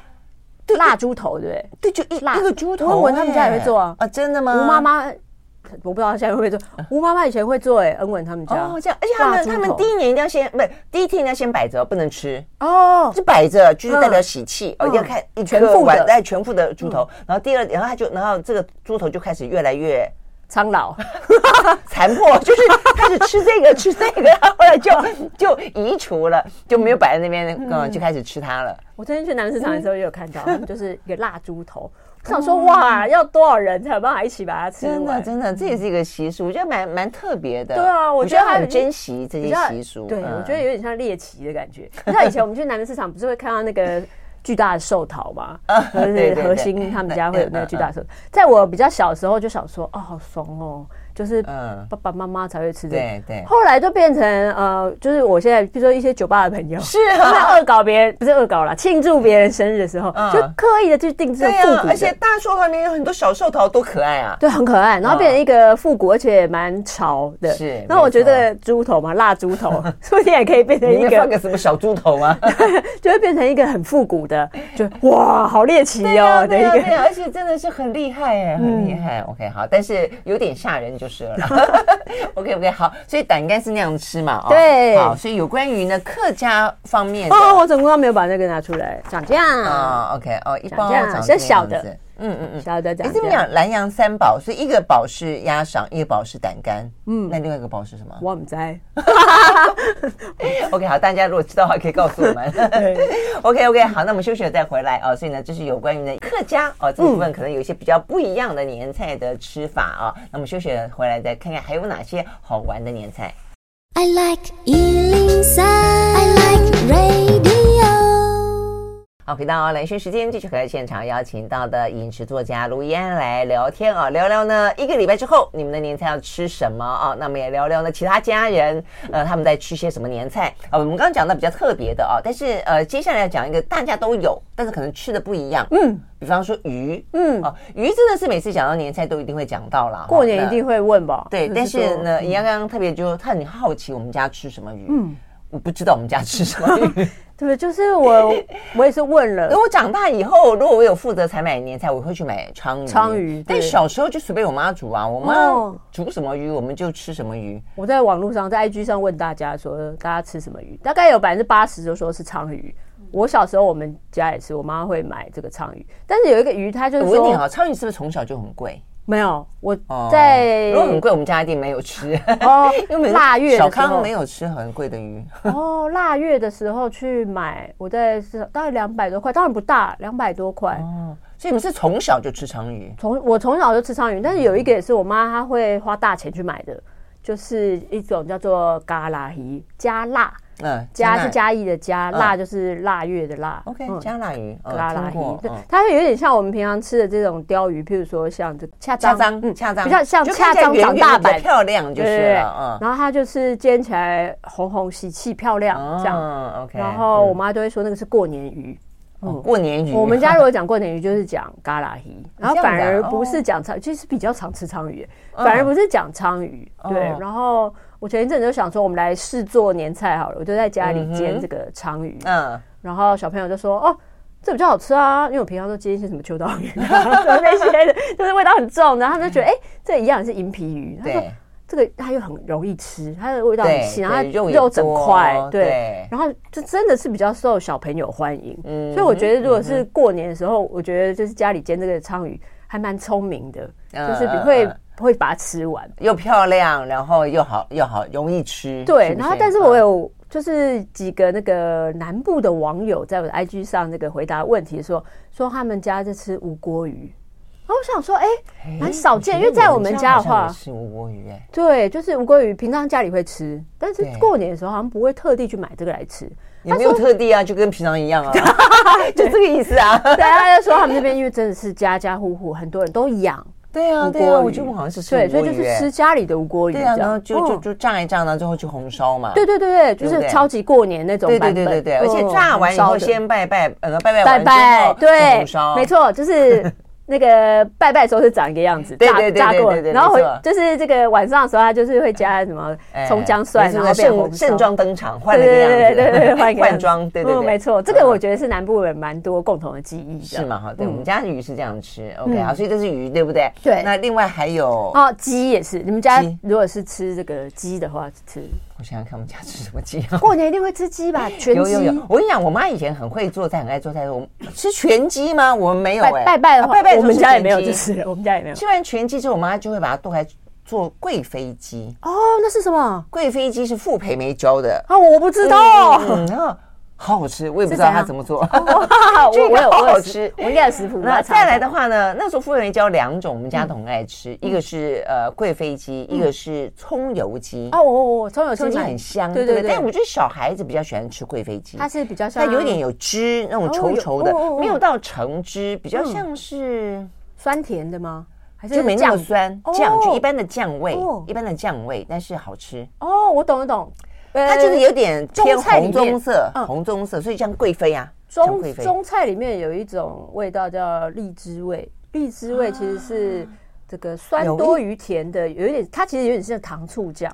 B: 腊猪头对不
A: 对，
B: 对？
A: 就一
B: 辣
A: 一个猪头、
B: 我问他们家也会做啊
A: 哎啊，真的吗？啊
B: 吴妈妈，我不知道她现在会不会做，吴妈妈以前会做哎，恩文他们家
A: 哦，这样，而且他
B: 腊
A: 们
B: 猪
A: 他们
B: 头
A: 第一年一定要先，不是第一天一定要先摆着，不能吃。
B: 哦，
A: 就摆着，就是代表
B: 嗯
A: 喜气，哦，一定要看一
B: 全
A: 颗
B: 副的
A: 碗带全副的嗯猪头，然后第二，然后他就，然后这个猪头就开始越来 *laughs* 越
B: 苍老。
A: 残破，就是开始吃这个 *laughs* 吃那个，然后后 *laughs* 来就就移除了，就没有摆在那边，嗯，就开始吃它了。
B: 我昨天去南市场的时候也有看到，他
A: *laughs*
B: 们就是一个蜡猪
A: 哦
B: 头。我想说，哇，要多少人才有办法一起把它吃
A: 真的，
B: 完？
A: 真的，这也是一个习俗，我觉得蛮蛮特别的。
B: 对啊我觉得
A: 嗯我
B: 它
A: 很
B: 已经
A: 珍惜这
B: 比
A: 些
B: 较
A: 习俗。
B: 对，
A: 嗯
B: 我觉得有点像猎奇的感觉。你知道以前我们去南门市场不是会看到那个巨大的寿桃
A: *laughs*
B: 吗？就
A: 啊对
B: 是
A: 对对嗯
B: 核心他们家会有那个巨大寿。在我比较小的时候就想说，哦，好怂哦，就是
A: 嗯
B: 爸爸妈妈才会吃这个。
A: 对对，
B: 后来就变成呃，就是我现在比如说一些酒吧的朋友，
A: 是
B: 他们
A: 啊，
B: 恶搞别人，不是恶搞啦，庆祝别人生日的时候，
A: 嗯
B: 就刻意的去定制
A: 对
B: 复古
A: 啊
B: 的，，
A: 而且大寿旁边有很多小寿桃，多可爱啊！
B: 对，很可爱，然后变成一个复古，而且蛮潮的。
A: 是
B: 然后我觉
A: 没
B: 得猪头嘛，辣猪头， *laughs* 说不定也可以变成
A: 里
B: 一
A: 面放
B: 个，
A: 个什么小猪头
B: *laughs*
A: 吗？
B: 就会变成一个很复古
A: *laughs*
B: 的，就哇，好猎奇
A: 对啊
B: 哦的
A: 对
B: 一
A: 啊
B: *laughs*
A: 对
B: 个。
A: 啊，而且真的是很厉害
B: 嗯
A: 哎，很厉害。OK，好，但是有点吓人就是了啦。OK
B: *laughs*
A: OK，好，所以胆干是那样吃嘛？哦
B: 对
A: 好，所以有关于呢客家方面的
B: 哦，我怎么都没有把那个拿出来？涨价，
A: 啊，OK 哦，一
B: 讲
A: 包
B: 这样
A: 长
B: 是
A: 这个
B: 小
A: 样
B: 的
A: 子，嗯嗯嗯。
B: 晓得
A: 哎
B: 涨，
A: 这么
B: 价，
A: 讲南洋三宝，所以一个宝是鸭掌，一个宝是胆干，嗯，那另外一个宝是什么
B: 我唔知。
A: *laughs* ？OK，好，大家如果知道的话，可以告诉我们。OK *laughs* OK，好，那我们休息了再回来哦。所以呢，这是有关于呢客家哦这个部分，可能有一些比较不一样的年菜的吃法啊、哦。那么休息了回来再看看还有哪些好玩的年菜。
C: I like Ealing Sound. I like radio.
A: 好，回到蓝轩时间，继续和现场邀请到的饮食作家卢怡安来聊天啊，聊聊呢一个礼拜之后你们的年菜要吃什么啊？那么也聊聊呢其他家人呃他们在吃些什么年菜啊？我们刚刚讲的比较特别的啊，但是呃接下来要讲一个大家都有，但是可能吃的不一样，嗯，比方说鱼，嗯，啊，鱼真的是每次讲到年菜都一定会讲到啦，
B: 过
A: 哈
B: 年
A: 那
B: 一定会问吧？
A: 对，
B: 就
A: 但是
B: 说，嗯
A: 呢，怡安刚刚特别就他很好奇我们家吃什么鱼，嗯，我不知道我们家吃什么鱼。
B: 对不对？就
A: *laughs*
B: 是我，我也是问了
A: 等，我长大以后，如果我有负责采买年菜，我会去买鲳鱼。
B: 鲳鱼
A: 但
B: 对
A: 小时候就随便我妈煮啊，我妈
B: 哦
A: 煮什么鱼，我们就吃什么鱼。
B: 我在网络上，在 IG 上问大家说，大家吃什么鱼？大概有百分之八十都说是鲳鱼。我小时候我们家也是，我妈会买这个鲳鱼，但是有一个鱼，它就是
A: 我问你哦
B: 说，
A: 啊，鲳鱼是不是从小就很贵？
B: 没有，我
A: 哦
B: 在
A: 如果很贵，我们家一定没有
B: *laughs*
A: 吃。
B: 哦
A: *laughs* 因为每次
B: 嗯腊月的
A: 小
B: 时候
A: 康没有吃很贵的鱼，
B: 哦，腊月的时候去买，我在市场大概两百多块，当然不大，两百多块。
A: 哦，所以你们是从小就吃鲳鱼，
B: 从我从小就吃鲳鱼，但是有一个也是我妈她会花大钱去买的，就是一种叫做嘎啦鱼，加辣，
A: 嗯，
B: 加是
A: 辣
B: 嘉义的加，
A: 嗯
B: 辣就是腊月的辣。
A: ，OK，
B: 嗯
A: 加辣鱼，嗯
B: 嘎啦
A: 听过
B: 鱼，对
A: 嗯，
B: 它会有点像我们平常吃的这种鲷鱼，譬如说像这恰
A: 恰张，
B: 章，嗯
A: 恰张，
B: 比较像
A: 就看
B: 恰
A: 起来
B: 章
A: 圆
B: 长
A: 圆
B: 大
A: 比较
B: 版，
A: 漂亮就是了，嗯
B: 然后它就是煎起来红红喜气漂亮
A: 嗯，
B: 这样。
A: 嗯，OK，
B: 然后我妈都会说那个是过年鱼。
A: 嗯哦过年鱼，
B: 我们家如果讲过年鱼，就是讲嘎啦鱼，
A: *laughs*
B: 然后
A: 这样子啊
B: 反而不
A: 哦
B: 是讲鲳，其实比较常吃鲳鱼，
A: 嗯
B: 反而不是讲鲳鱼。对
A: 哦，
B: 然后我前一阵子就想说，我们来试做年菜好了，我就在家里
A: 嗯哼
B: 煎这个鲳鱼，
A: 嗯，
B: 然后小朋友就说：“哦，这比较好吃啊，因为我平常都煎一些什么秋刀鱼啊 *laughs* 什么那些的，就是味道很重。”然后他们就觉得：“哎，这一样是银皮鱼。”他说
A: 嗯对，：“
B: 这个它又很容易吃，它的味道很
A: 对
B: 细，然后它
A: 对肉也
B: 肉整
A: 多
B: 块，对。”
A: 对，
B: 然后就真的是比较受小朋友欢迎，
A: 嗯
B: 所以我觉得如果是过年的时候，我觉得就是家里煎这个鲳鱼还蛮聪明的，
A: 嗯
B: 就是比
A: 嗯
B: 会
A: 嗯
B: 会把它吃完。
A: 又漂亮，然后又好又好容易吃，
B: 对，
A: 不嗯
B: 然后但是我有就是几个那个南部的网友在我的 IG 上那个回答问题说说他们家在吃无锅鱼，然后我想说哎
A: 哎
B: 蛮少见，
A: 我
B: 因
A: 觉
B: 为
A: 得
B: 在我们家
A: 好
B: 的
A: 像也
B: 话，
A: 是无锅鱼，哎，
B: 对，就是无锅鱼平常家里会吃，但是
A: 对
B: 过年的时候好像不会特地去买这个来吃。
A: 也没有特地啊，就跟平常一
B: *laughs*
A: 样啊，就这个意思啊，
B: 对，他就说他们这边因为真的是家家户户很多人都养，
A: 对啊
B: 无
A: 对啊，
B: 锅
A: 我
B: 鱼
A: 觉得我好像 *laughs* 是吃
B: 对，
A: 无
B: 所
A: 锅
B: 以就
A: 鱼，
B: 是
A: 哎
B: 吃家里的无锅鱼这
A: 对啊，
B: 样，
A: 然后就就
B: 嗯
A: 就炸一炸，然后最后去红烧嘛，
B: 对对对对，就
A: 对不
B: 是
A: 对
B: 超级过年那种
A: 对
B: 版
A: 对
B: 本，
A: 对对对，而且
B: 嗯
A: 炸完以
B: 烧
A: 后
B: 的
A: 先拜拜，呃，拜拜
B: 拜
A: 完
B: 拜，
A: 之后吃
B: 对
A: 红烧，，
B: 没，错，就是那个拜拜的时候是长一个样子，
A: 对
B: 炸
A: 对对
B: 炸
A: 对
B: 过
A: 对对
B: 了，然后回
A: 没错
B: 就是这个晚上的时候，他就是会加什么葱姜蒜，然后变红
A: 哎盛
B: 烧
A: 盛装登场，换
B: 对
A: 了一个样子，
B: 对对对对，换一个样
A: 换
B: 子
A: 装，对对
B: 嗯
A: 对，
B: 没错，这个我
A: 嗯
B: 觉得是南部人蛮多共同的记忆的，
A: 是嘛哈，对我们
B: 嗯
A: 家鱼是这样吃，OK，
B: 嗯
A: 好，所以这是鱼，对不对？
B: 对
A: 那另外还有，
B: 哦，鸡也是，你们家
A: 鸡
B: 如果是吃这个鸡的话，吃
A: 我想想看，我们家吃什么鸡啊？
B: 过年一定会吃鸡吧？全
A: 有有
B: 鸡。
A: 有，我跟你讲，我妈以前很会做菜，很爱做菜。我们吃全鸡吗？我们没有
B: 拜
A: 哎，
B: 拜拜的
A: 啊
B: 话，
A: 拜拜的时
B: 我
A: 候
B: 们
A: 吃
B: 家也
A: 全
B: 没有
A: 鸡
B: 就。是，我们家也没有。
A: 吃完全鸡之后，我妈就会把它剁开做贵妃鸡。
B: 哦，那是什么？
A: 贵妃鸡是傅培梅教的，
B: 啊，我不知道。
A: 嗯，然后好好吃，我也不知道
B: 是怎
A: 他
B: 样哦
A: 怎么做。
B: 哇
A: *laughs* 这个
B: 我我有
A: 好
B: 我
A: 好
B: 有
A: 吃
B: 食我应该有食谱。
A: 那再来的
B: 话，
A: 话呢，那时候傅培梅教两种，我们家都很爱吃，
B: 嗯
A: 一个是呃贵妃鸡，一个是葱油鸡。
B: 哦，我我我葱油
A: 葱油
B: 鸡
A: 鸡
B: 蛮
A: 很香，
B: 对
A: 不
B: 对对。
A: 但我觉得小孩子比较喜欢吃贵妃鸡，
B: 它是比较
A: 它
B: 像
A: 有点有汁，那种
B: 哦
A: 稠
B: 有
A: 稠的
B: 哦哦，哦
A: 没有到橙汁，比较像是
B: 酸甜的吗？还是
A: 就没那么
B: 酱
A: 酸
B: 哦
A: 酱，就一般的酱味
B: 哦，
A: 一般的酱味，但是好吃。
B: 哦，我懂我懂。
A: 它就是有点偏
B: 呃中菜
A: 红
B: 里面
A: 棕色，
B: 嗯
A: 红棕色，所以像贵妃啊，像贵
B: 中
A: 妃
B: 中菜里面有一种味道叫荔枝味，荔枝味其实是这个酸
A: 啊有一
B: 多于甜的，有一点它其实有点像糖醋酱。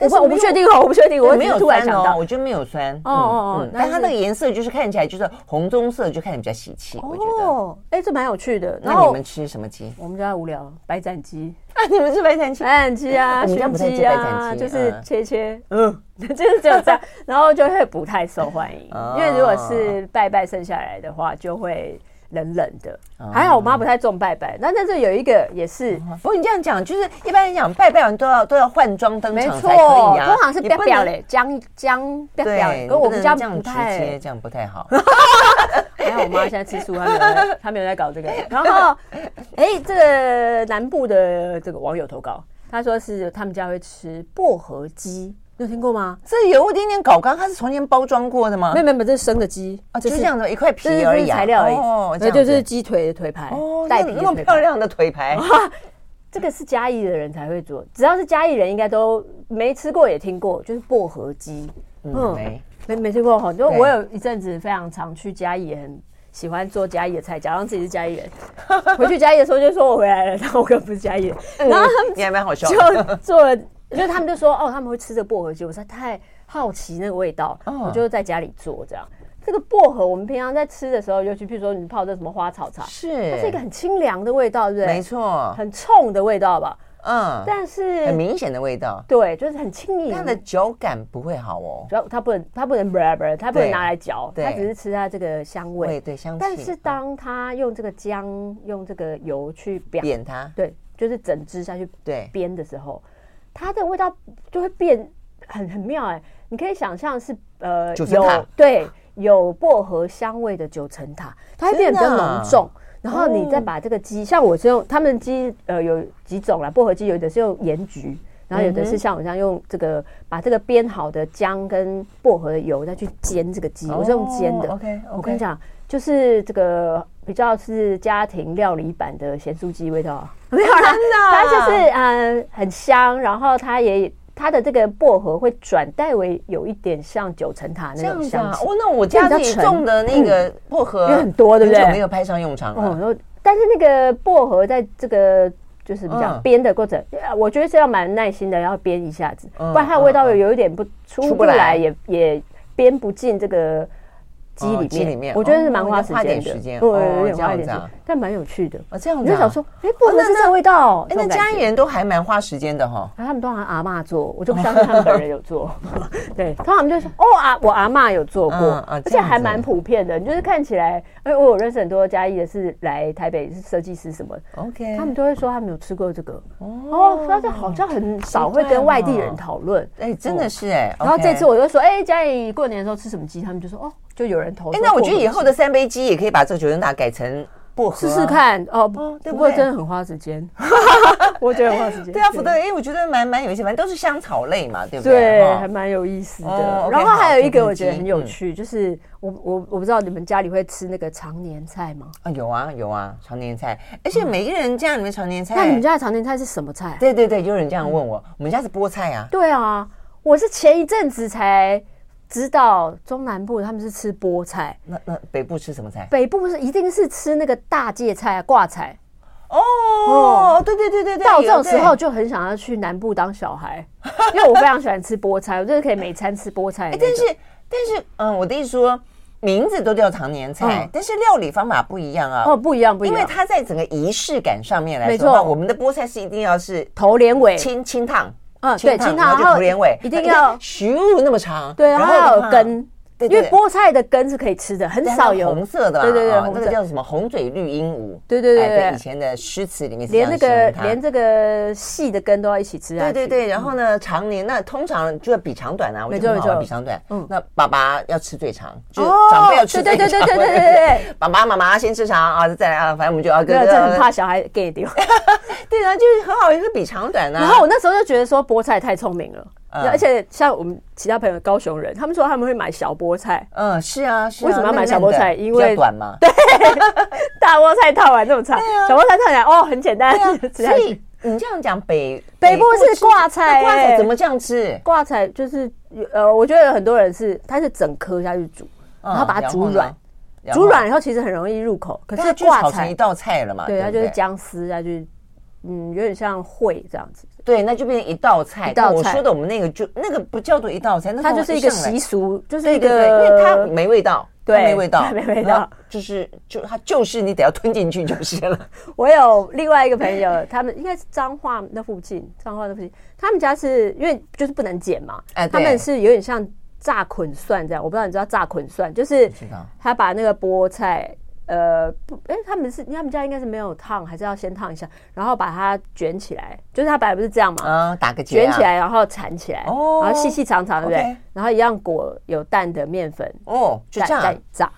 A: 但
B: 我
A: 是
B: 不我
A: 没
B: 不
A: 有
B: 确定哦，我不确定，我
A: 我
B: 只
A: 没
B: 是
A: 有
B: 突然
A: 酸
B: 想
A: 哦，
B: 到。
A: 我觉得没有酸。
B: 哦哦哦
A: 嗯嗯
B: 那
A: 但它
B: 是
A: 那个颜色就是看起来就是红棕色，就看起来比较喜气。我觉得。
B: 哦，哎，这蛮有趣的。然
A: 那你
B: 后
A: 们吃什么
B: *laughs*
A: 鸡？
B: 我们家无聊，白斩鸡。
A: 啊，你们吃白斩鸡？
B: 白斩鸡啊，
A: 哎我们家
B: 熏
A: 不太吃
B: 鸡
A: 白
B: 啊，
A: 斩鸡
B: 就是
A: 嗯
B: 切切，嗯， *laughs* 就是只有这样，然后就会不太受欢迎
A: 哦，
B: 因为如果是拜拜剩下来的话，就会冷冷的。
A: 哦
B: 还好我妈不太重拜拜，那但是有一个也是。
A: 不过你这样讲，就是一般来讲，拜拜完都要都要换装登
B: 没
A: 场
B: 错，
A: 才可以啊。
B: 通常是
A: 你
B: 表
A: 不
B: 表
A: 能
B: 嘞，姜姜表表
A: 对，
B: 嘞，
A: 你
B: 跟我
A: 不
B: 们
A: 能
B: 家
A: 这样
B: 不
A: 直 *laughs*
B: 太
A: 接，这样不太
B: *laughs*
A: 好。
B: 还好我妈现在吃素，她没有在她没有在搞这个。然后，哎，这个南部的这个网友投稿，他说是他们家会吃薄荷鸡，你有听过吗？
A: 这有一点点搞刚，它是重新包装过的吗
B: 没？有没有，没有这是生的鸡
A: 啊，就是这样的一块皮
B: 啊哦这是
A: 而
B: 这是
A: 已啊，
B: 材料而已，
A: 哦
B: 那
A: 这
B: 就
A: 样
B: 是
A: 子
B: 鸡腿的腿排
A: 哦，，
B: 带
A: 那
B: 皮的
A: 那么
B: 腿
A: 漂
B: 排。
A: 亮的腿排，
B: *laughs* 这个是嘉义的人才会做，只要是嘉义人，应该都没吃过也听过，就是薄荷鸡。
A: 嗯，没
B: 没没吃过哈，就
A: 对
B: 我有一阵子非常常去嘉义，也很喜欢做嘉义的菜，假装自己是嘉义 *laughs* 人。回去嘉义的时候就说我回来了，但我根本不是嘉义人。然后他们
A: 你还蛮好笑的。*laughs*
B: 嗯 *laughs* 就做了，就是他们就说哦，他们会吃这个薄荷鸡，我实在太好奇那个味道，
A: 嗯
B: 我就在家里做这样。这个薄荷我们平常在吃的时候，尤其譬如说你泡这什么花草茶，
A: 是，
B: 它是一个很清凉的味道，对不对？
A: 没，错，
B: 很冲的味道吧，
A: 嗯，
B: 但是
A: 很明显的味道，
B: 对，就是很轻盈
A: 它的嚼感不会好哦，
B: 主要它不能，它不能 blah blah，它不能
A: 对
B: 拿来嚼，
A: 对
B: 它只是吃它这个香
A: 味嗯
B: 味。
A: 对香气，
B: 但是当它用这个姜、用这个油去煸，
A: 扁它，
B: 对，就是整只下去
A: 对
B: 煸的时候，它的味道就会变很很妙哎、你可以想象是呃
A: 九层塔
B: 有对有薄荷香味的九层塔，它会变得比较
A: 真的啊
B: 浓重。然后你再把这个鸡，像我是用他们的鸡，呃，有几种啦，薄荷鸡有的是用盐焗，
A: 嗯
B: 然后有的是像我这样用这个把这个煸好的姜跟薄荷的油再去煎这个鸡，我是用煎的。
A: 哦 OK，
B: 我跟你，讲，就是这个比较是家庭料理版的咸酥鸡味道啊， *laughs* 没有啦，它就是嗯很香，然后它也它的这个薄荷会转代为有一点像九层塔
A: 这
B: 那
A: 样
B: 种
A: 子
B: 香
A: 啊，
B: 气，
A: 哦，那我家自己种的那个薄荷
B: 嗯因为很多对不对
A: 很久没有派上用场
B: 哦
A: 了。，
B: 然后但是那个薄荷在这个就是比较
A: 嗯
B: 煸的过程，呃我觉得是要蛮耐心的，要煸一下子，
A: 嗯
B: 不然它的味道
A: 嗯嗯
B: 有一点不出
A: 出
B: 不
A: 不来
B: 来，也也煸不进这个鸡
A: 哦
B: 里面。
A: 鸡里面
B: 我觉得是
A: 哦
B: 蛮花时
A: 要花
B: 间的，
A: 点时间
B: 对，
A: 哦
B: 有点
A: 这样
B: 花一点
A: 子
B: 时
A: 啊
B: 间，但蛮有趣的。
A: 啊，这样
B: 你
A: 子
B: 就
A: 啊
B: 想说，哎，薄荷
A: 那
B: 是这个味道，哦
A: 哎，
B: 这
A: 那
B: 种感
A: 家
B: 觉
A: 里人都还蛮花时间的哈。
B: 然后他们都好像阿嬷做，我就不相信他们本人有做。 *laughs* 对，通常他们就说哦啊，我阿嬷有做过，
A: 嗯哦啊
B: 而
A: 这
B: 且
A: 样子
B: 还蛮普遍的。你就是看起来，哎，我有认识很多嘉义的是来台北是设计师什么，
A: OK，
B: 他们都会说他们有吃过这个。
A: 哎哦
B: 哦，那这好像很少会跟外地人讨论。
A: 哎，真的是哎。
B: 哦然后
A: OK
B: 这次我就说，哎，嘉义过年的时候吃什么鸡？他们就说哦，就有人投。
A: 哎，那我觉得以后的三杯鸡也可以把这个九层塔改成薄荷啊，
B: 试试看哦，
A: 哦对不
B: 不过
A: 对
B: 真的很花
A: *laughs*
B: 时间，我觉得很花时间。
A: 对啊，福德，哎，我觉得蛮蛮有意思，反正都是香草类嘛，对不对？
B: 对，
A: 哈
B: 还蛮有意思的。
A: 哦，OK，
B: 然后还有一个
A: 好
B: 我觉得
A: 这个
B: 很
A: 鸡
B: 有
A: 嗯
B: 趣，就是我我我不知道你们家里会吃那个常年菜吗？
A: 啊，有啊有啊，常年菜，而且每一个人家里面常年菜，
B: 嗯那你们家的常年菜是什么菜啊？
A: 对对对，有人这样问我，我们家是菠菜啊，
B: 对啊，我是前一阵子才知道中南部他们是吃菠菜，
A: 那那北部吃什么菜？
B: 北部是一定是吃那个大芥菜啊、挂菜。
A: 哦，对对对对对，
B: 到这
A: 有
B: 种时
A: 对
B: 候就很想要去南部当小孩，因为我非常喜欢吃菠菜，我就是可以每餐吃菠菜的
A: 哎，
B: 那
A: 但
B: 种。
A: 是但是，嗯，我的意思说，名字都叫常年菜
B: 嗯，
A: 但是料理方法不一样啊，
B: 哦，不一样，不一
A: 因
B: 样，
A: 为它在整个仪式感上面来
B: 没
A: 说的话，
B: 错
A: 我们的菠菜是一定要是
B: 头连尾，
A: 清清烫。
B: 嗯对清烫
A: 然后
B: 然
A: 就
B: 后
A: 头连尾，啊
B: 一定要
A: 咻那么长，
B: 对，然后要
A: 的
B: 有
A: 话
B: 根，
A: 嗯对
B: 因
A: 对
B: 为菠菜的根是可以吃的，很
A: 对
B: 少
A: 它是
B: 有
A: 红色的嘛，
B: 对对对
A: 啊
B: 红
A: 那个
B: 色
A: 叫什么红嘴绿鹦鹉，
B: 对对对
A: 哎
B: 对
A: 以前的诗词里面是
B: 连
A: 这
B: 那
A: 样
B: 个
A: 形容它
B: 连这个细的根都要一起吃下
A: 对对
B: 去。
A: 对，然后呢，常年那通常就要比长短啊，我
B: 没
A: 觉得
B: 错
A: 很好玩
B: 没错
A: 比长短。
B: 嗯
A: 那爸爸要吃最长，就是
B: 哦
A: 长辈要吃最
B: 对
A: 长。
B: 对对对对对对对对
A: *laughs* 爸爸妈妈先吃长啊，再来啊，反正我们就啊， *laughs*
B: 没有，这很怕小孩给丢。
A: 对啊，就是很好，也会比长短啊。
B: 然后我那时候就觉得说菠菜太聪明了，
A: 嗯
B: 而且像我们其他朋友高雄人，他们说他们会买小菠菜， *laughs*
A: 嗯，是啊，是啊
B: 为什么要
A: 嫩嫩
B: 买小菠
A: 的
B: 菜因为
A: 比较短嘛。
B: *laughs* 大菠菜烫完那么长，小菠菜烫起来哦很简单
A: 啊对啊，
B: *laughs* 吃下
A: 所
B: 去
A: 以。你这样讲北
B: 北部是
A: 吃
B: 挂菜
A: 那挂菜
B: 欸
A: 怎么这样吃？
B: 挂菜就是呃，我觉得很多人是它是整颗下去煮，
A: 嗯
B: 然后把它煮软，，
A: 然后
B: 煮
A: 呢
B: 软以后其实很容易入口，可
A: 然后
B: 是
A: 它就
B: 挂
A: 炒成
B: 菜
A: 一道菜了嘛。
B: 对，它
A: 不
B: 就是姜丝下去，嗯，有点像烩这样子，
A: 对，那就变成一道菜。
B: 一道
A: 但我
B: 菜
A: 说的我们那个就那个不叫做一道菜，那
B: 它就是一个
A: 上来
B: 习俗，就是
A: 对
B: 一
A: 对
B: 个，
A: 对，因为它没味道，它
B: 对
A: 没味道，
B: 没味道
A: 然后就是就它就是你得要吞进去就是
B: *laughs*
A: 了。
B: 我有另外一个
A: *laughs*
B: 朋友，他们应该是彰化那附近，彰化那附近，他们家是因为就是不能剪嘛，
A: *laughs* 哎对
B: 他们是有点像炸捆蒜这样，我不知道你知道炸捆蒜，就是
A: 知道
B: 他把那个菠菜。呃，不，哎、他们是他们家应该是没有烫，还是要先烫一下，然后把它卷起来，就是它本来不是这样嘛，
A: 啊，打个结啊
B: 卷起来，然后缠起来，
A: 哦
B: 然后细细长长，对不
A: OK
B: 对？然后一样裹有蛋的面粉，
A: 哦，就
B: 再
A: 这样
B: 再炸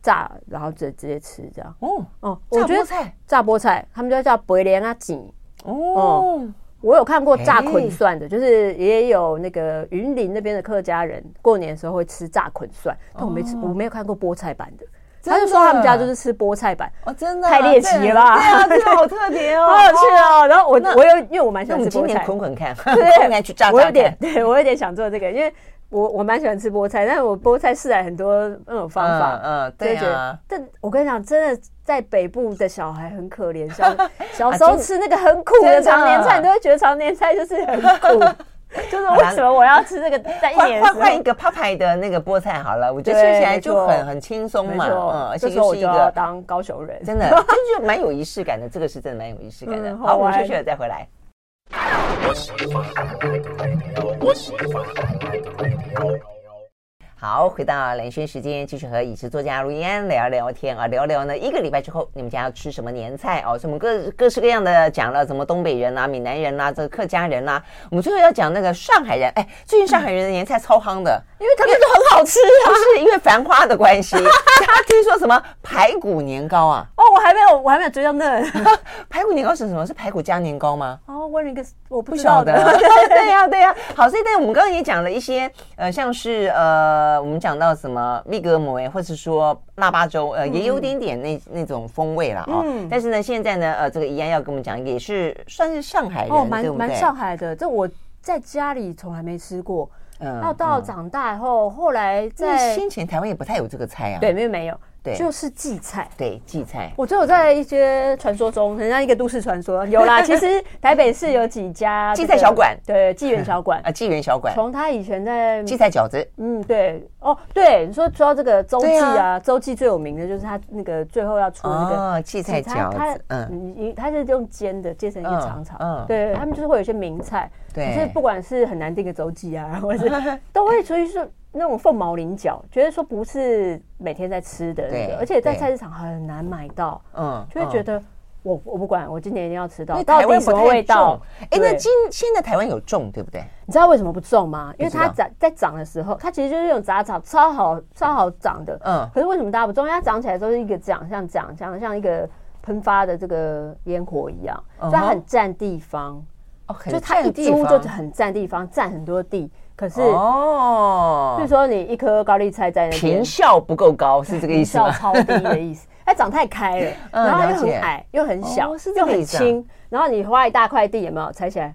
B: 炸，然后直直接吃这样。
A: 哦，
B: 哦，
A: 炸
B: 我觉
A: 菠
B: 得
A: 菜
B: 炸菠菜，他们就叫白莲啊锦。
A: 哦，
B: 我有看过炸
A: 哎
B: 捆蒜的，就是也有那个云林那边的客家人过年的时候会吃炸捆蒜，但我没吃，我没有看过菠菜版的。
A: 哦真
B: 他
A: 的
B: 就说他们家就是吃菠菜版，
A: 哦，真的啊
B: 太猎奇了吧
A: 对啊，这个好特别哦，
B: 好有趣 *laughs* 哦。然后我我有，因为我蛮喜
A: 那我
B: 欢
A: 们
B: 吃
A: 今
B: 菠
A: 年
B: 菜，
A: 捆捆
B: *laughs*
A: 看， *laughs*
B: 对
A: 应该去炸炸
B: 我有
A: 看
B: 点，对我有点想做这个，因为我我蛮喜欢吃菠菜，但是我菠菜试了很多那种方法，
A: 嗯嗯
B: 就会
A: 对
B: 觉得
A: 啊
B: 但我跟你讲，真的在北部的小孩很可
A: *laughs*
B: 怜，小小时
A: 啊真
B: 候
A: 的
B: 吃那个很苦的
A: 真的啊
B: 常年菜，你都会觉得常年菜就是
A: *laughs*
B: 很苦，就是为什么我要吃这个在一
A: 换
B: 年的
A: 换
B: 时
A: 换一
B: 候。
A: 个泡派的那个菠菜好了，我觉得
B: 对
A: 吃起来
B: 没
A: 就
B: 错
A: 很很轻松
B: 没
A: 嘛，嗯，
B: 错
A: 而，且
B: 这时候
A: 又
B: 我
A: 是一
B: 就要
A: 个
B: 当高雄人。
A: 真的，这就蛮有仪式感的，这个是真的蛮有仪式感的。
B: 嗯
A: 好，
B: 好
A: 我们休
B: 玩
A: 息了再回来。好，回到蓝轩时间，继续和饮食作家卢怡安聊聊天啊，聊聊呢一个礼拜之后你们家要吃什么年菜哦，所以我们各各式各样的讲了，什么东北人啦、闽南人啦、这个客家人啦，我们最后要讲那个上海人，哎，最近上海人的年菜超夯的，
B: *laughs*
A: *laughs*
B: 因为他们都很好吃啊
A: 不。是因为繁花的关系，他听说什么排骨年糕啊？
B: 哦，我还没有，我还没有追到那。
A: *laughs* 排骨年糕是什么？是排骨加年糕吗？
B: 哦，问了一个我不
A: 不
B: 知
A: 晓
B: 道
A: 得 *laughs*
B: 的。，
A: 对呀、对呀、好，所以但我们刚刚也讲了一些，呃，像是呃，我们讲到什么密格姆哎，或是说腊八粥，呃，也有点点那、那种风味啦。哦。
B: 嗯
A: 但是呢，现在呢，呃，这个怡安要跟我们讲，也是算是上海人，
B: 哦，蛮
A: 对不
B: 蛮
A: 对？
B: 上海的，这我在家里从来没吃过。
A: 嗯
B: 然后哦到
A: 嗯
B: 长大以后，后来
A: 那
B: 在
A: 先前台湾也不太有这个菜啊。
B: 对没有没有，
A: 对
B: 就是荠菜。
A: 对，荠菜。
B: 我只有在一些传说中，很像一个都市传说，有啦。其
A: *laughs*
B: 实台北市有几
A: 荠
B: 家这个
A: 菜小馆
B: 对，荠园
A: *laughs*
B: 小馆
A: 啊，。纪元小馆，
B: 从他以前在
A: 荠菜饺子，
B: 嗯，对，哦，对，你说说到这个周
A: 对
B: 记
A: 啊
B: 啊，周记最有名的就是他那个最后要出那个
A: 哦，荠菜
B: 它
A: 饺子，
B: 它
A: 嗯，
B: 嗯，它是用煎的，煎成一个
A: 嗯
B: 长长。
A: 嗯
B: 对，他们就是会有一些名菜，
A: 对
B: 可是不管是很难定的周记啊，或
A: *laughs*
B: 者是都会出去说那种凤毛麟角，觉得说不是每天在吃的那
A: 对
B: 个，而且在
A: 对
B: 菜市场很难买到，
A: 嗯，
B: 就会觉
A: 嗯。
B: 得我我不管，我今年一定要吃
A: 因
B: 到，
A: 为
B: 到
A: 台
B: 底
A: 湾
B: 什
A: 不
B: 么
A: 太
B: 味道
A: 种？，哎，那
B: 对
A: 今现在台湾有种对不对？
B: 你知道为什么不种吗？因
A: 不
B: 为
A: 知
B: 它
A: 道
B: 长在长的时候，它其实就是那种杂草，超好超好长的。
A: 嗯
B: 嗯，可是为什么大家不种？因为它长起来都是一个长，像长像像一个喷发的这个烟火一样，
A: 嗯哼
B: 所以它很占地方，
A: 哦，很
B: 就它一
A: 占地
B: 株就
A: 方
B: 很占地方，占很多地。可是，比如
A: 哦，
B: 说你一颗高丽菜在那边
A: 坪，效不够高是这个意思
B: 效
A: 吗？
B: 超低的意
A: *laughs*
B: 思。它长太开了，
A: 嗯
B: 然后它又
A: 了解
B: 很矮，又很小，
A: 哦是这
B: 又
A: 个意
B: 很
A: 思啊
B: 轻。然后你花一大块地，有没有踩起来？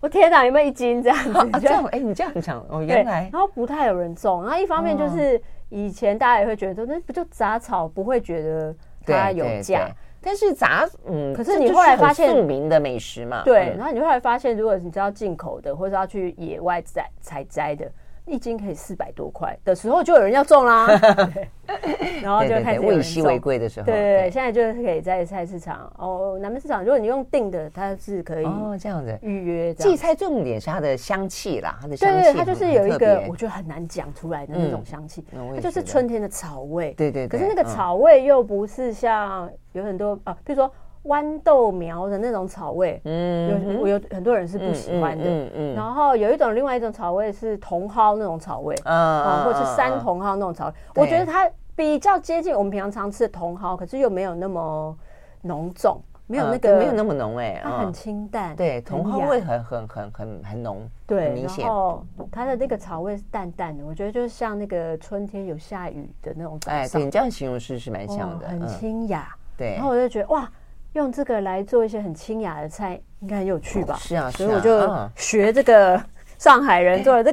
B: 我天哪，有没有一斤这样子？ *laughs*
A: *laughs* 啊，这样哎，你这样讲哦，
B: 对，
A: 原来嗯
B: 然后不太有人种，然后一方面就是以前大家也会觉得说，那不就杂草，不会觉得它
A: 对
B: 有
A: 对
B: 价
A: 对。但是杂嗯，
B: 可是
A: 这
B: 你
A: 就
B: 后来
A: 很
B: 发现
A: 庶民的美食嘛，
B: 对，
A: 嗯
B: 然后你后来发现，如果你是要进口的，或者要去野外摘采摘的，一斤可以四百多块的时候，就有人要种
A: *laughs*
B: 啦。对然后
A: 对
B: 就
A: 对
B: 开
A: 对，
B: 始有
A: 物以
B: 人
A: 稀
B: 种。
A: 为贵的时候，
B: 对对对，现在就是可以在菜市场哦，南门市场，如果你用订的，它是可以
A: 哦，这样子。
B: 预约这
A: 荠
B: 样。
A: 菜重点是它的香气啦，它的香
B: 对
A: 气
B: 对，
A: 很
B: 它就是有一
A: 很特
B: 个
A: 别
B: 我觉得很难讲出来的那种香气，
A: 嗯我也
B: 它就
A: 觉
B: 是
A: 得
B: 春天的草味。
A: 对对对，
B: 可是那
A: 嗯
B: 个草味又不是像有很多啊，比如说豌豆苗的那种草味，
A: 嗯
B: 有我有很多人是不喜欢的。
A: 嗯嗯
B: 然后有一种另外一种草味是茼蒿那种草味，
A: 嗯
B: 啊，或者是山茼蒿那种草味，
A: 对
B: 我觉得它比较接近我们平常常吃的茼蒿，可是又没有那么浓重，没有那个
A: 嗯啊没有那么浓哎，
B: 它很
A: 嗯
B: 清淡，
A: 对，
B: 很
A: 茼蒿
B: 雅
A: 味很很很很很浓，很
B: 对，
A: 明
B: 然
A: 显。
B: 后它的那个草味是淡淡的，我觉得就像那个春天有下雨的那种早
A: 哎，
B: 上
A: 对，你这样形容是是蛮像
B: 哦
A: 的，
B: 很
A: 嗯
B: 清雅。
A: 对。
B: 然后我就觉得哇，用这个来做一些很清雅的菜，应该很有趣吧？
A: 是啊
B: 所以
A: 是啊
B: 我
A: 嗯
B: 就学这个上海人做的这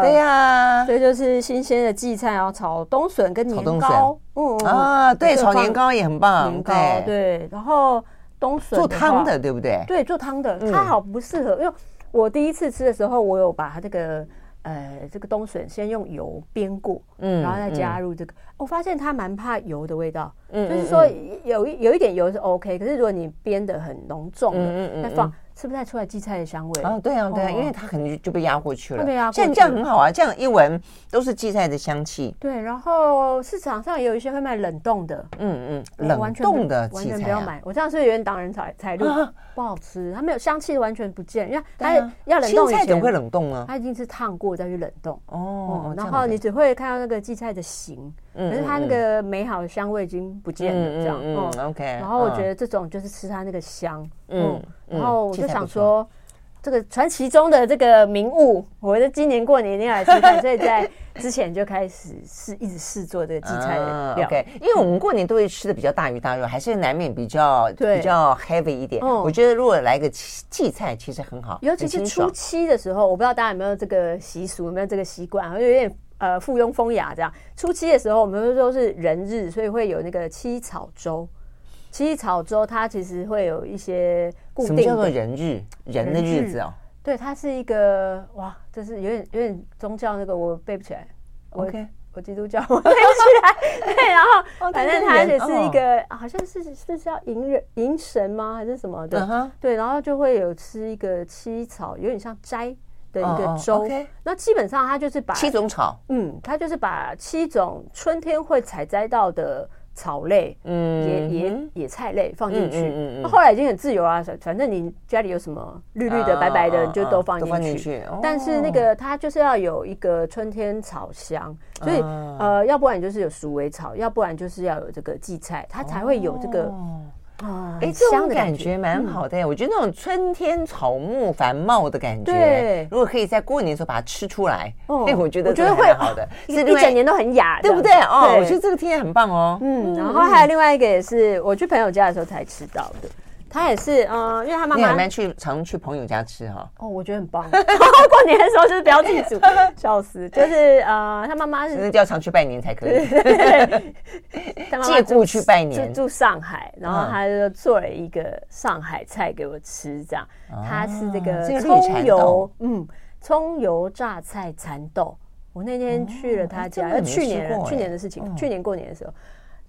A: *laughs* *laughs* 对、呀、
B: 所以就是新鲜的荠菜，然后炒冬笋跟年
A: 冬
B: 糕。嗯
A: 啊，对，
B: 就
A: 炒
B: 放
A: 年糕也很棒，
B: 年糕
A: 对，
B: 对，然后冬笋
A: 做
B: 话
A: 汤的，，嗯对不对？
B: 对，做汤的，它好不适合，因为我第一次吃的时候，我有把它这个。呃，这个冬笋先用油煸过，
A: 嗯
B: 然后再加入这个，我发现它蛮怕油的味道，
A: 嗯
B: 就是说有一有一点油是 OK，可是如果你煸的很浓重的，
A: 嗯嗯嗯
B: 再放吃不太出来荠菜的香味。
A: 啊，对啊，对啊，
B: 哦
A: 因为它可能就就被压过去了。
B: 它被压过
A: 像你
B: 去
A: 这样很好啊，这样一闻都是荠菜的香气。
B: 对，然后市场上也有一些会卖冷冻的，
A: 嗯
B: 我
A: 嗯，
B: 哎完
A: 冷
B: 全不
A: 冻的
B: 完
A: 荠
B: 全
A: 菜、
B: 不要
A: 啊。
B: 买。我这样是不是有点挡人财财路
A: 啊，
B: 不好吃，它没有香气，完全不见，因为
A: 对
B: 它
A: 啊
B: 要冷冻
A: 青菜
B: 以
A: 怎么会
B: 前，
A: 冷冻呢？
B: 它一定是烫过再去冷冻。
A: 哦
B: 哦，，然
A: 这样
B: 后
A: 子
B: 你只会看到那个荠菜的形，
A: 嗯
B: 可是它
A: 嗯
B: 那
A: 嗯
B: 个美好的香味已经不见了，
A: 嗯
B: 这样。
A: 嗯嗯
B: 嗯，
A: ，OK。
B: 然后我觉
A: 得
B: 得这种就是吃它那个香，
A: 嗯
B: 嗯，
A: 嗯
B: 然后我
A: 荠
B: 就
A: 菜
B: 想
A: 不错
B: 说，这个传奇中的这个名物，我在今年过年一定要来吃
A: *laughs*
B: 饭，所以在之前就开始试，一直试做这个荠菜的料
A: o。k 啊因为我们过年都会吃的比较大鱼大肉，还是难免比较
B: 对
A: 比较 heavy 一点。
B: 嗯
A: 我觉得如果来个荠荠菜，其实很好，
B: 尤其
A: 很
B: 是
A: 清
B: 初
A: 爽
B: 期的时候，我不知道大家有没有这个习俗，有没有这个习惯，就有点呃附庸风雅这样。初期的时候，我们都说是人日，所以会有那个七草粥。七草粥它其实会有一些固
A: 什么叫
B: 定
A: 做
B: 的，
A: 人日？人的
B: 人
A: 日
B: 日
A: 子哦。
B: 对，它是一个哇，这是有点有点宗教那个我背不起来。我
A: OK
B: 我基督教我背不起来。 *laughs* 对，然
A: 哦
B: 后反
A: 它是
B: 正它
A: 人
B: 也是一个，好像是是不是要迎人迎神吗？还是什么
A: 嗯
B: 的？
A: 哼，
B: 对，然后就会有吃一个七草，有点像斋的的一
A: 哦
B: 个
A: 哦
B: 粥。
A: OK
B: 那基本上它就是把
A: 七种草，
B: 嗯，它就是把七种春天会采摘到的草类、野
A: 嗯，
B: 野野菜类放进去。
A: 嗯嗯嗯嗯
B: 那后来已经很自由啊，反反正你家里有什么绿绿的、
A: 啊
B: 白白
A: 啊
B: 的，你就
A: 啊
B: 都放
A: 都放进
B: 进去。
A: 去哦
B: 但是那个它就是要有一个春天草香，所以、
A: 啊
B: 呃，要不然就是有鼠尾草，要不然就是要有这个荠菜，它才会有这个
A: 哦
B: 啊、
A: 哎，
B: 很
A: 这
B: 香
A: 种
B: 的
A: 感
B: 感嗯
A: 觉。蛮好的、我觉得那种春天草木繁茂的感觉，
B: 对
A: 如果可以在过年的时候把它吃出来，
B: 哦
A: 哎， *laughs* 我觉得
B: 我觉
A: 这
B: 得
A: 个
B: 会
A: 还蛮好的，
B: 一
A: 是
B: 一
A: 另外
B: 整年都很雅，
A: 对不
B: 这
A: 对？
B: 样子
A: 哦，我觉得这个听起来很棒哦。
B: 嗯，然后还有另外一个也是我去朋友家的时候才吃到的，他也是，嗯，因为他妈
A: 你还
B: 妈
A: 蛮去常去朋友家吃哈、
B: 哦，我觉得很棒。 *laughs* 过年的时候就是不要自己煮，笑死，就是呃，他妈妈
A: 真
B: 是
A: 的就要常去拜年才可以。
B: 他妈妈
A: 借故
B: 住
A: 去拜年
B: 住住上海，然后
A: 嗯
B: 他就做了一个上海菜给我吃，这样，他是这
A: 哦这个
B: 个
A: 绿
B: 葱
A: 蚕
B: 油
A: 豆，
B: 嗯，葱油榨菜蚕豆。我那天去了他
A: 哎
B: 家，
A: 这个
B: 呃
A: 没
B: 去年
A: 吃过
B: 了，去
A: 哎
B: 年的事情，去年过年的时候。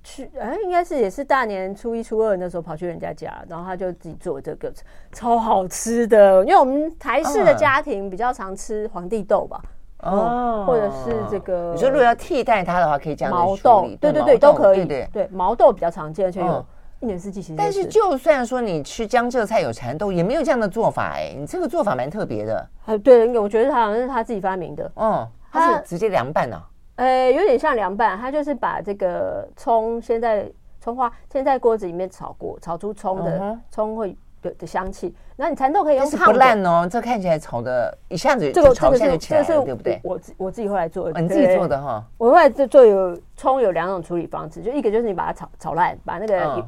B: 去，哎，应该是也是大年初一、初二那时候跑去人家家，然后他就自己做这个超好吃的，因为我们台式的
A: 嗯
B: 家庭比较常吃皇帝豆吧，
A: 哦
B: 或者是这个
A: 你说如果要替代它的话，可以这样
B: 毛
A: 子处
B: 豆
A: 理，
B: 对对
A: 毛
B: 对，都可
A: 对
B: 以，
A: 对。
B: 对毛豆比较常见，而且有
A: 嗯
B: 一年四季其实都
A: 但是就算说你吃江浙菜有蚕豆，也没有这样的做法哎、你这个做法蛮特别的。
B: 啊，对，我觉得他好像是他自己发明的，
A: 哦，它
B: 它
A: 是直接凉拌啊。
B: 呃，有点像凉拌，它就是把这个葱先在葱花先在锅子里面炒过，炒出葱
A: 嗯
B: 的
A: 哼
B: 葱会的的香气，然后你蚕豆可以
A: 但
B: 用
A: 是
B: 烫
A: 不
B: 的
A: 烂哦，这看起来炒的一下子
B: 这个
A: 就
B: 这
A: 炒
B: 个
A: 一下
B: 是
A: 就起来
B: 这
A: 了，
B: 个
A: 对
B: 是
A: 不对？
B: 我我自我自己后来做的，
A: 哦，你自己
B: 对
A: 做的哈，
B: 我后来就就有葱有两种处理方式，就一个就是你把它炒炒烂，把那个、
A: 嗯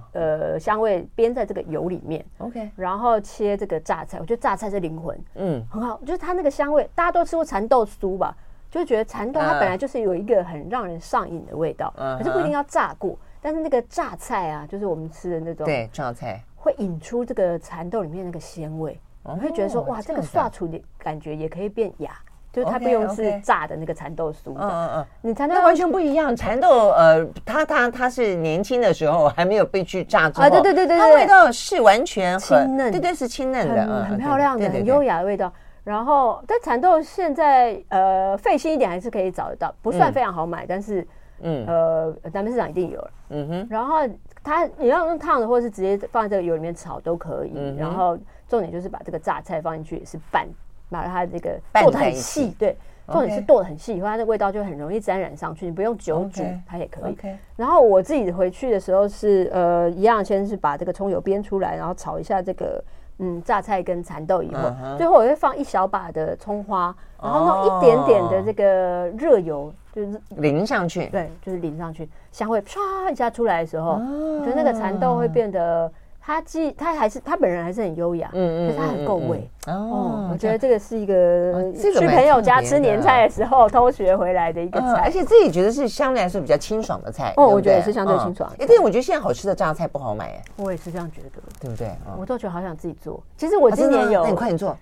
B: 呃香味煸在这个油里面，
A: OK，
B: 然后切这个榨菜，我觉得榨菜是灵魂，
A: 嗯，
B: 很好，就是它那个香味，大家都吃过蚕豆酥吧？就觉得蚕豆它
A: 嗯
B: 本来就是有一个很让人上瘾的味道，
A: 嗯哼
B: 可是不一定要炸过。但是那个榨菜啊，就是我们吃的那种，
A: 对，炒菜，
B: 会引出这个蚕豆里面那个鲜味，
A: 哦
B: 你会觉得说哇，
A: 这
B: 这
A: 样
B: 个
A: 子啊
B: 刷出的感觉也可以变雅，就是它
A: OK，
B: 不用是
A: OK
B: 炸的那个蚕豆酥
A: 嗯
B: 的，
A: 嗯嗯。
B: 你蚕豆
A: 那完全不一样，蚕豆呃，它它它是年轻的时候还没有被去榨之后，
B: 啊对对对对
A: 它
B: 对
A: 味道是完全很
B: 清嫩
A: 对对是清嫩的，嗯
B: 很很漂亮的、很优
A: 雅。
B: 雅的味道。然后，但蚕豆现在呃费心一点还是可以找得到，不算
A: 嗯
B: 非常好买，但是
A: 嗯
B: 呃咱们市场一定有了。
A: 嗯哼，
B: 然后它你要用烫的，或者是直接放在这个油里面炒都可以。
A: 嗯哼
B: 然后重点就是把这个榨菜放进去，也是拌，把它这个
A: 拌
B: 剁得
A: 在
B: 很
A: 一
B: 细
A: 起，
B: 对。重点
A: OK
B: 是剁得很细，因为它的味道就很容易沾染上去，你不用久煮
A: OK
B: 它也可以。
A: OK
B: 然后我自己回去的时候是呃，一样先是把这个葱油煸出来，然后炒一下这个嗯榨菜跟蚕豆以后
A: 嗯哼哦
B: 最后我会放一小把的葱花，然后弄一点点的这个热油，就是
A: 淋上去，
B: 对，就是淋上去，香味唰一下出来的时候，
A: 哦
B: 我觉得那个蚕豆会变得，它既它还是它本人还是很优雅，
A: 嗯
B: 可是它很够味。
A: 嗯嗯
B: 哦
A: 哦，
B: 我觉得这个是一个
A: 哦这
B: 去
A: 个蛮
B: 朋友
A: 特
B: 家
A: 别
B: 吃年
A: 的
B: 菜的时候偷学回来的一个
A: 嗯，
B: 菜 *laughs*
A: 而，且自己觉得是相对来说比较清爽的菜，对
B: 哦
A: 不
B: 我觉
A: 对
B: 得也是相对清爽
A: 嗯哎，对，我觉得现在好吃的榨菜不好买，哎，
B: 我也是这样觉得。
A: 对不对？嗯
B: 我都觉得好想自己做。其实我
A: 啊
B: 今
A: 真的
B: 年
A: 吗
B: 有，
A: 那你快点做，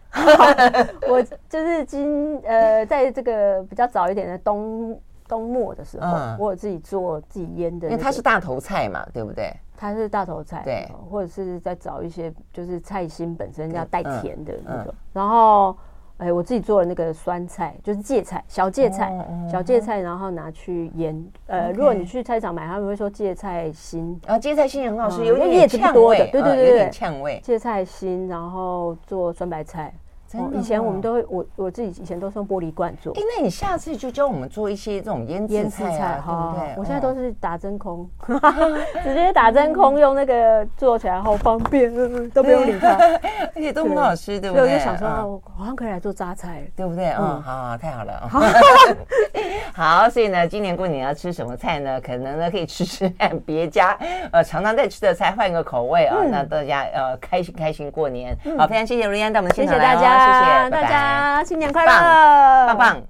B: 我就是今呃，在这个比较早一点的冬冬末的时候，
A: 嗯
B: 我有自己做自己腌的、
A: 因为
B: 那个
A: 它是大头菜嘛，对不对？
B: 它是大头菜，
A: 对
B: 呃或者是再找一些就是菜心本身要带甜的那
A: 嗯
B: 种。然后，哎，我自己做了那个酸菜，就是芥菜，小芥菜，
A: 哦哦
B: 小芥菜，然后拿去腌。呃，如果你去菜场买，他们会说芥菜心。
A: 然后芥菜心也很好吃，
B: 嗯
A: 有一
B: 叶
A: 点
B: 子不
A: 呛
B: 多的
A: 味，
B: 对
A: 嗯
B: 对对
A: 有
B: 对哦
A: 点呛味。
B: 芥菜心，然后做酸白菜。
A: 真的
B: 以前我们
A: 哦
B: 都会，我我自己以前都是用玻璃罐做
A: 哎，那你下次就教我们做一些这种腌制
B: 腌制
A: 菜啊，对
B: 好
A: 不
B: 好好
A: 对？
B: 我现在都
A: 是
B: 是打真空，
A: *laughs*
B: 直接打真空，
A: 嗯
B: 用那个做起来好方便， *laughs* 都不用理它。
A: 而且哎都很好吃，对不
B: 所以
A: 对？
B: 我就想说，
A: 嗯
B: 啊我好像可以来做榨菜了。
A: 对不对？嗯，
B: 嗯
A: 好好，太好了。哦
B: *laughs*
A: *laughs* 好，所以呢，今年过年要吃什么菜呢？可能呢可以吃吃看别家呃常常在吃的菜，换个口味啊、
B: 嗯
A: 那大家呃开心开心过年。好，非常谢谢瑞安到我们的
B: 谢
A: 现
B: 谢
A: 场
B: 大
A: 来哦，
B: 家，
A: 谢谢
B: 大
A: 拜拜
B: 家新年快
A: 棒
B: 乐，
A: 棒棒。